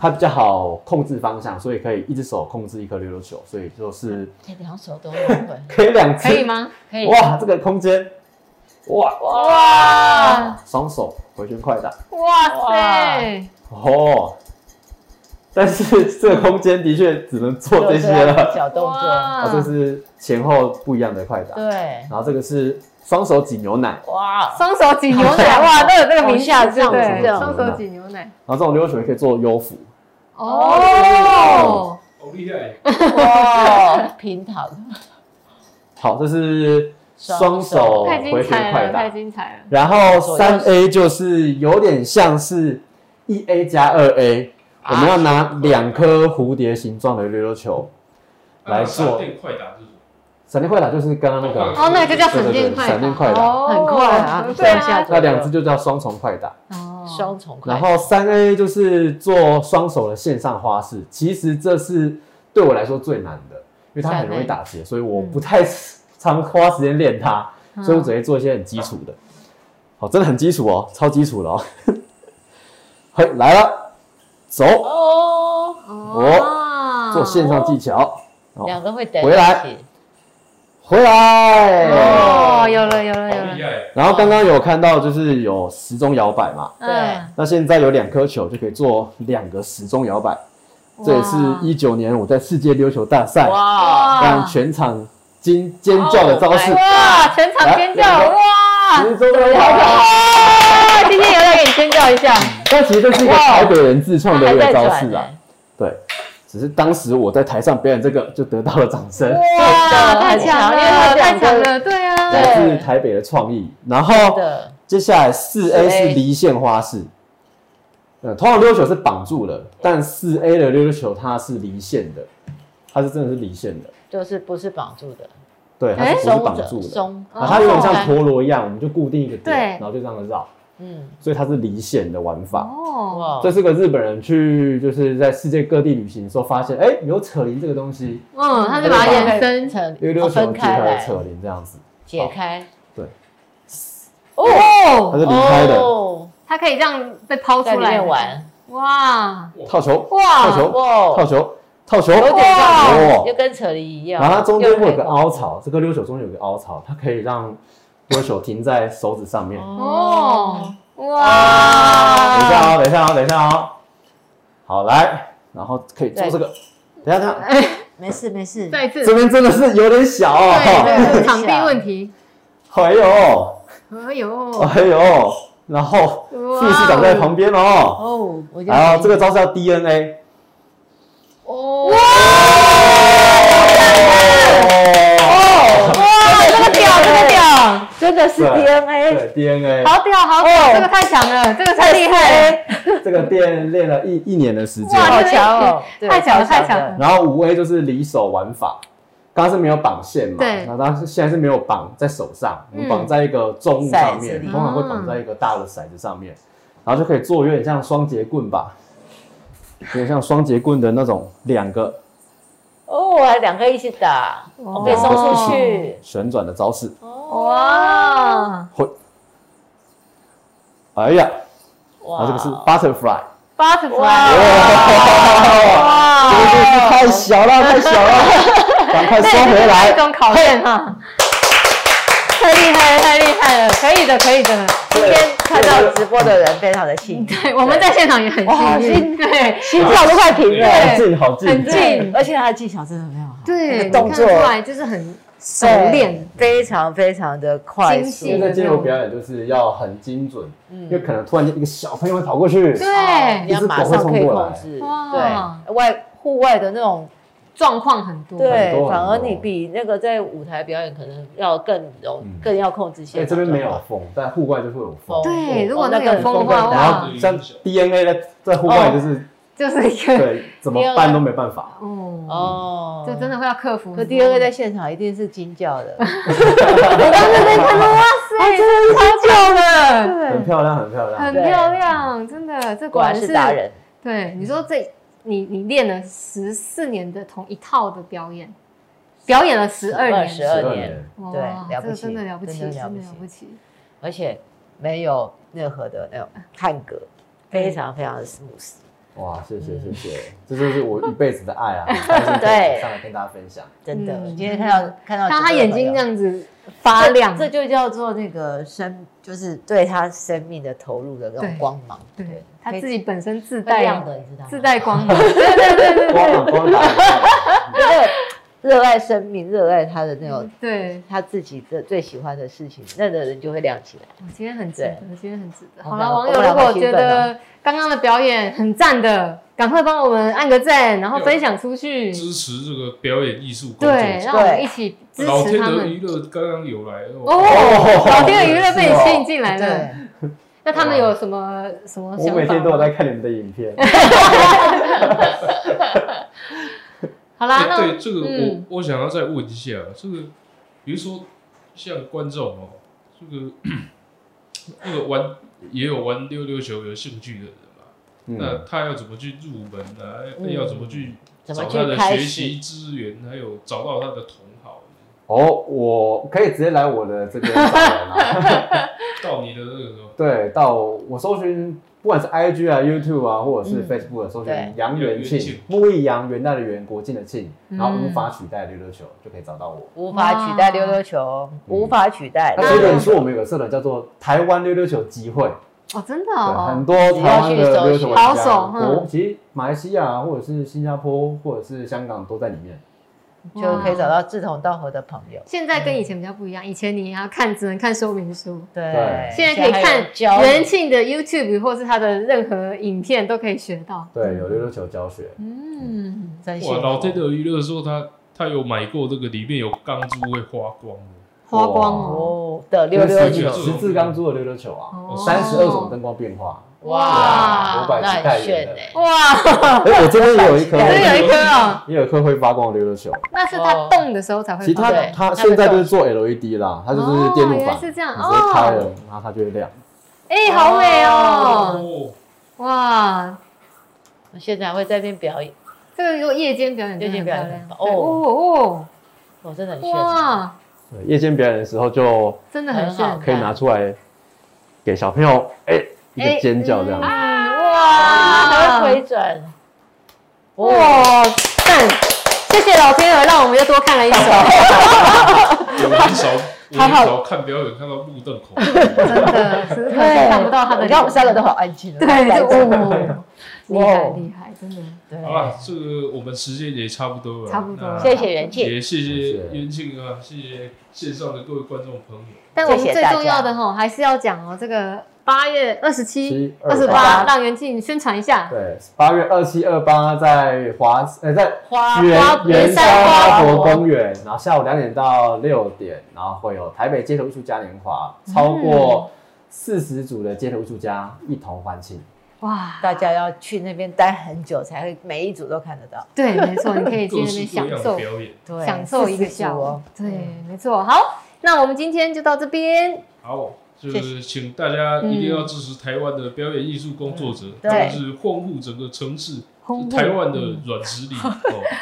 它比较好控制方向，所以可以一只手控制一颗溜溜球，所以就是
哎两手都弄会，
可以两只。
嗯可以 吗？
可以，
哇，这个空间，哇哇，
哇
双手回旋快打，
哇塞，
哦。但是这个空间的确只能 做这些了。
小动作，
哇
啊，这是前后不一样的快打，
对，
然后这个是双手挤牛奶，
哇，
双手挤牛奶，哇，都有这个名下字，
好像
对，
这样
双手挤牛奶，
然后这种溜溜球也可以做优抚。
哦，
好 厉害，啊
哇， 平躺，
好，这是双
双
手
手
太
回
精
旋
彩
快
了，太
打。
精彩了，
然后三 A 就是有点像是一 A 加二 A，我们要拿两颗蝴蝶形状的溜溜球来做
电快打这种，
闪电快打，就是刚刚那个，
哦，那个就叫闪
对对
电
对
快打，
闪电快打，
哦，
很快啊
对
等一下
啊
就，
那两只就叫双重快打。
哦
双重快
然，后三 A 就是做双手的线上花式，其实这是对我来说最难的，因为它很容易打结，所以
嗯
我不太常花时间练它。所以我只会做一些很基础的。好，真的很基础哦，超基础的哦。嘿，来了，走，
哦，
哦
做线上技巧，
两个会等
回来
一起
回来。
哦，有了有了有
好
了
厉，害，
然后刚刚有看到就是有时钟摇摆嘛，
嗯，
那现在有两颗球就可以做两个时钟摇摆。这也是
哇
一九年我在世界溜球大赛
哇，
让全场惊尖叫的招式，
哇，全场尖叫，
来
哇，
时钟摇摆，
哇，今天有要给你尖叫一下，
啊但其实这是一个台北人自创的
还
一个
在
招式
转
啊
欸。，
对，只是当时我在台上表演这个，就得到了掌声，
哇，
真的
太强
因为他
了，
两
太
个
强了，对啊，
对
来自台北的创意。然后
真的，
接下来四 A 是
4A
离线花式，呃，通常溜球是绑住了，但四 A 的溜球它是离线的，它是真的是离线的，
就是不是绑住的，
对，它
哎
是不是
松
绑
着
住的？
松，
啊，它有点像
哦
陀螺一样，我们就固定一个
对
点，然后就这样绕，
嗯，
所以它是离线的玩法。
哦，
哇
这，是个日本人去就是在世界各地旅行的时候发现，哎、有扯铃这个东西，
嗯，他就把它延伸，
成
溜溜球
哦分
结
开
合
来
扯铃这样子。
解开，
对，他
哦，
是离开的，
哦，
它可以这样被抛出
在里
来
面，玩，
哇
套球，
哇
套球
哇哦
套，球，套球，
有点
哦
像，就跟扯离一样。
然后它中间
又可以
会有个凹槽，这个溜球中间有个凹槽，它可以让溜球停在手指上面。
哦
哦，
等一
哇，
下哦，等一下哦，等一下哦。好，来，然后可以做这个。等一下，等一下，
哎
没事没事，
再一次
这边真的是有点小哦。
对，
对
对场地问题，
哎呦，
哎呦，
哎呦，然后
哇
副市长在旁边哦。
哦，我就
然后这个招式叫 DNA。
哦，
哦，
哇，这个屌，这个屌，
真的是
对
DNA，
对 DNA，
好屌，好屌，这个太强了，这个太厉害了，
这个练练了一一年的时间。啊
哇
好强哦，对
太强了
超
太强了
然后五 A 就是离手玩法，刚刚是没有绑线嘛，
对
那当然是现在是没有绑在手上，我
嗯
们绑在一个重物上
骰子
面，
里
通常会绑在一个大的骰子上面，然后就可以做有点像双节棍吧，有点像双节棍的那种两个
哦，还两个一起打，
哦
可以送出去，
旋转的招式。
哦，
哇
会，哎呀，
哇
然后这个是 butterfly，
，butterfly，
哇，这
哇，
个真是太小了，太小了，赶快收回
这是一
来。
种考验哈。太厉害了，太厉害了！可以的，可以的。
今天看到直播的人非常的幸运，
对，我们在现场也很
哇
幸运。对
心跳都快停了，
好近，好近，
很近
对，而且他的技巧真的非常好，
对，
这个动
你
作
看得出来就是很熟练。
非常非常的快
精
速
细
因为，在街头表演就是要很精准，因为可能突然间一个小朋友会跑过去，
哦
嗯
你
对，
要马上可以控制，
哇
对，外户外的那种，
状况很多。
对
很，多
反而你比那个在舞台表演可能要更容
嗯，
更要控制
哎，
些。
这边没有风，但户外就会有风
风。
对
哦
如果
那
那个
个
有风的
对
话，哦
然
哇
后，像 DNA 在在户外就是
就是一个
对怎么办都没办法，
哦，
哦，
就真的会要克服很多。
可第二个在现场一定是惊叫的，哦
哇塞，真的超久了，
很漂亮，很漂
很
亮。
漂亮，真的，这
果
果
然
然
是达。人。
对，你说这你你练了十四年的同一套的表演，表演了十二年，
12
12
年
哇
对了不
这个
起
真的了不起，真
真的
的
了不起
了不起。
而且没有任何的那种探戈，非常非常的 smooth。
哇，谢谢
嗯
谢谢，这就是我一辈子的 爱啊！很开心可以
对
上来跟大家分享。
真的，
嗯
今天看到看到
看他眼睛这
样
样子发亮，
这就叫做那个生，就是对他生命的投入的那种
对
光芒，
对他
可以
自己本身自
会
带
亮的，你知道吗？
自带光芒，对对对对
光芒光芒，
热爱生命，热爱他的那种
对，
他自己的最喜欢的事情，那个人就会亮起来。
我今天很值得，今天很值得。好了，
我
网
们
友
两
如
个哦
果
兴奋
觉
了
得刚刚的表演很赞的，赶快帮我们按个赞，然后分享出去，
支持这个表演艺术工作
对，
者。
让我们一起支
老
持
天
他
的
们。
娱乐刚刚有来
哦，
哦，
老天 的娱乐被你吸引进来了
哦对。，
那他们有什么什么
我
想
每天都有
法？
在看你们的影片。
好
啊
啦，
哎
那
对这个我
嗯
我想要再问一下，这个比如说像观众哦，这个那个玩也有玩溜溜球有兴趣的人嘛，那
嗯，
他要怎么去入门啊？
嗯
要怎么去
怎么
找
去
他的
开
学
始
习资源，还有找到他的同好呢？
哦，我可以直接来我的这边找人啊。
到你的那个时候，
对，到我搜寻，不管是 IG 啊、YouTube 啊，或者是
嗯
Facebook 的搜寻
对
杨元
杨元庆
庆，木易杨元代的元，国庆的庆，然后
嗯
无法取代的溜溜球就可以找到我。
无法取代溜溜球，无法取代。
啊
那这本书我们有个社团叫做台湾溜溜球集会，
哦，真的
对，很
哦，
多台湾的溜溜球
只要去搜寻
玩家，
好手嗯
国其实马来西亚啊或者是新加坡或者是香港都在里面。
就可以找到志同道合的朋友。
现在跟以前比较不一样，以前你要看只能看说明书，
对
对，
现在可以
还有
看
教
元庆的 YouTube 或是他的任何影片都可以学到。
对，有溜溜球教学。
嗯，
真心
哇，老天的娱乐说他他有买过这个，里面有钢珠会花光的，
花光哦，
哦的溜溜
就是
球，
十字钢珠的溜溜球啊，
哦
三十二种灯光变化。
哇，
对啊500
那很
几代
炫
人
哎！
哇，
哎，我这边也有一颗，
真哦的有一颗哦，
也有一颗会发光的溜溜球。
那是它动的时候才会
其实
发
它
光。
对
它
它
现在
的
就是做 LED 啦，它就是电路
哦原来
板，
是这样哦
你直接开了，然后它就会亮。
哎，好美
嗯
哦！
哦，
哇，
我现在还会在那边表演，
这个如果夜间表演真的很漂亮
夜间表演
对哦
我真的很
哦，
炫。
哇，
对夜间表演的时候就
真的很
很好
炫。
可以拿出来给小朋友哎、一
哎
个尖叫这样。
嗯
还会
哇
回转，哇，
哇，赞！谢谢老天鹅，让我们又多看 了一首，
我很少，我很少看表演看到目瞪口呆。
真的，是看不到他的。
你看我们三个都好安 静哦，
对，
来
就
自
哦，厉害
哇
厉害，真的。
对，
好了，这个我们时间也差不多了，
差不多了
那
谢谢元庆，
也谢
谢
谢
谢
袁庆啊，谢谢线上的各位观众朋友。
但我们
谢谢
最
大
重要的
家
哈，还是要讲哦，这个八月二十七、
七
二十八，
28
让袁静宣传一下。
对，八月二七二八在华呃在
花
圆
花
圆
山
山
花
花博公园，然后下午两点到六点，然后会有台北街头艺术嘉年华，超过
嗯
四十组的街头艺术家一同欢庆。
哇，
大家要去那边待很久，才会每一组都看得到，
对，没错，你可以去
各
那
式
边
各
享
样的
受
表演。
对
享受一个
四十组
下午。
哦
对
嗯，
没错。好，那我们今天就到这边。
好，
嗯
就是请大家一定要支持台湾的表演艺术工作者，
对
他们是丰富整个城市
轰
是
呼
台湾的 软实力。哦，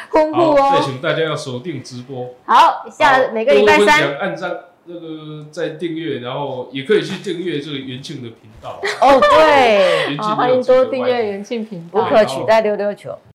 公布
好，再
哦。
请大家要锁定直播，
好，下每个礼拜
多分
三，
享按赞。那个在订阅，然后也可以去订阅这个 元庆的频道。啊
哦，
元
对，
庆
好，欢
有
迎
几个
多
外
订阅元庆频
无
道。
可取代溜溜球，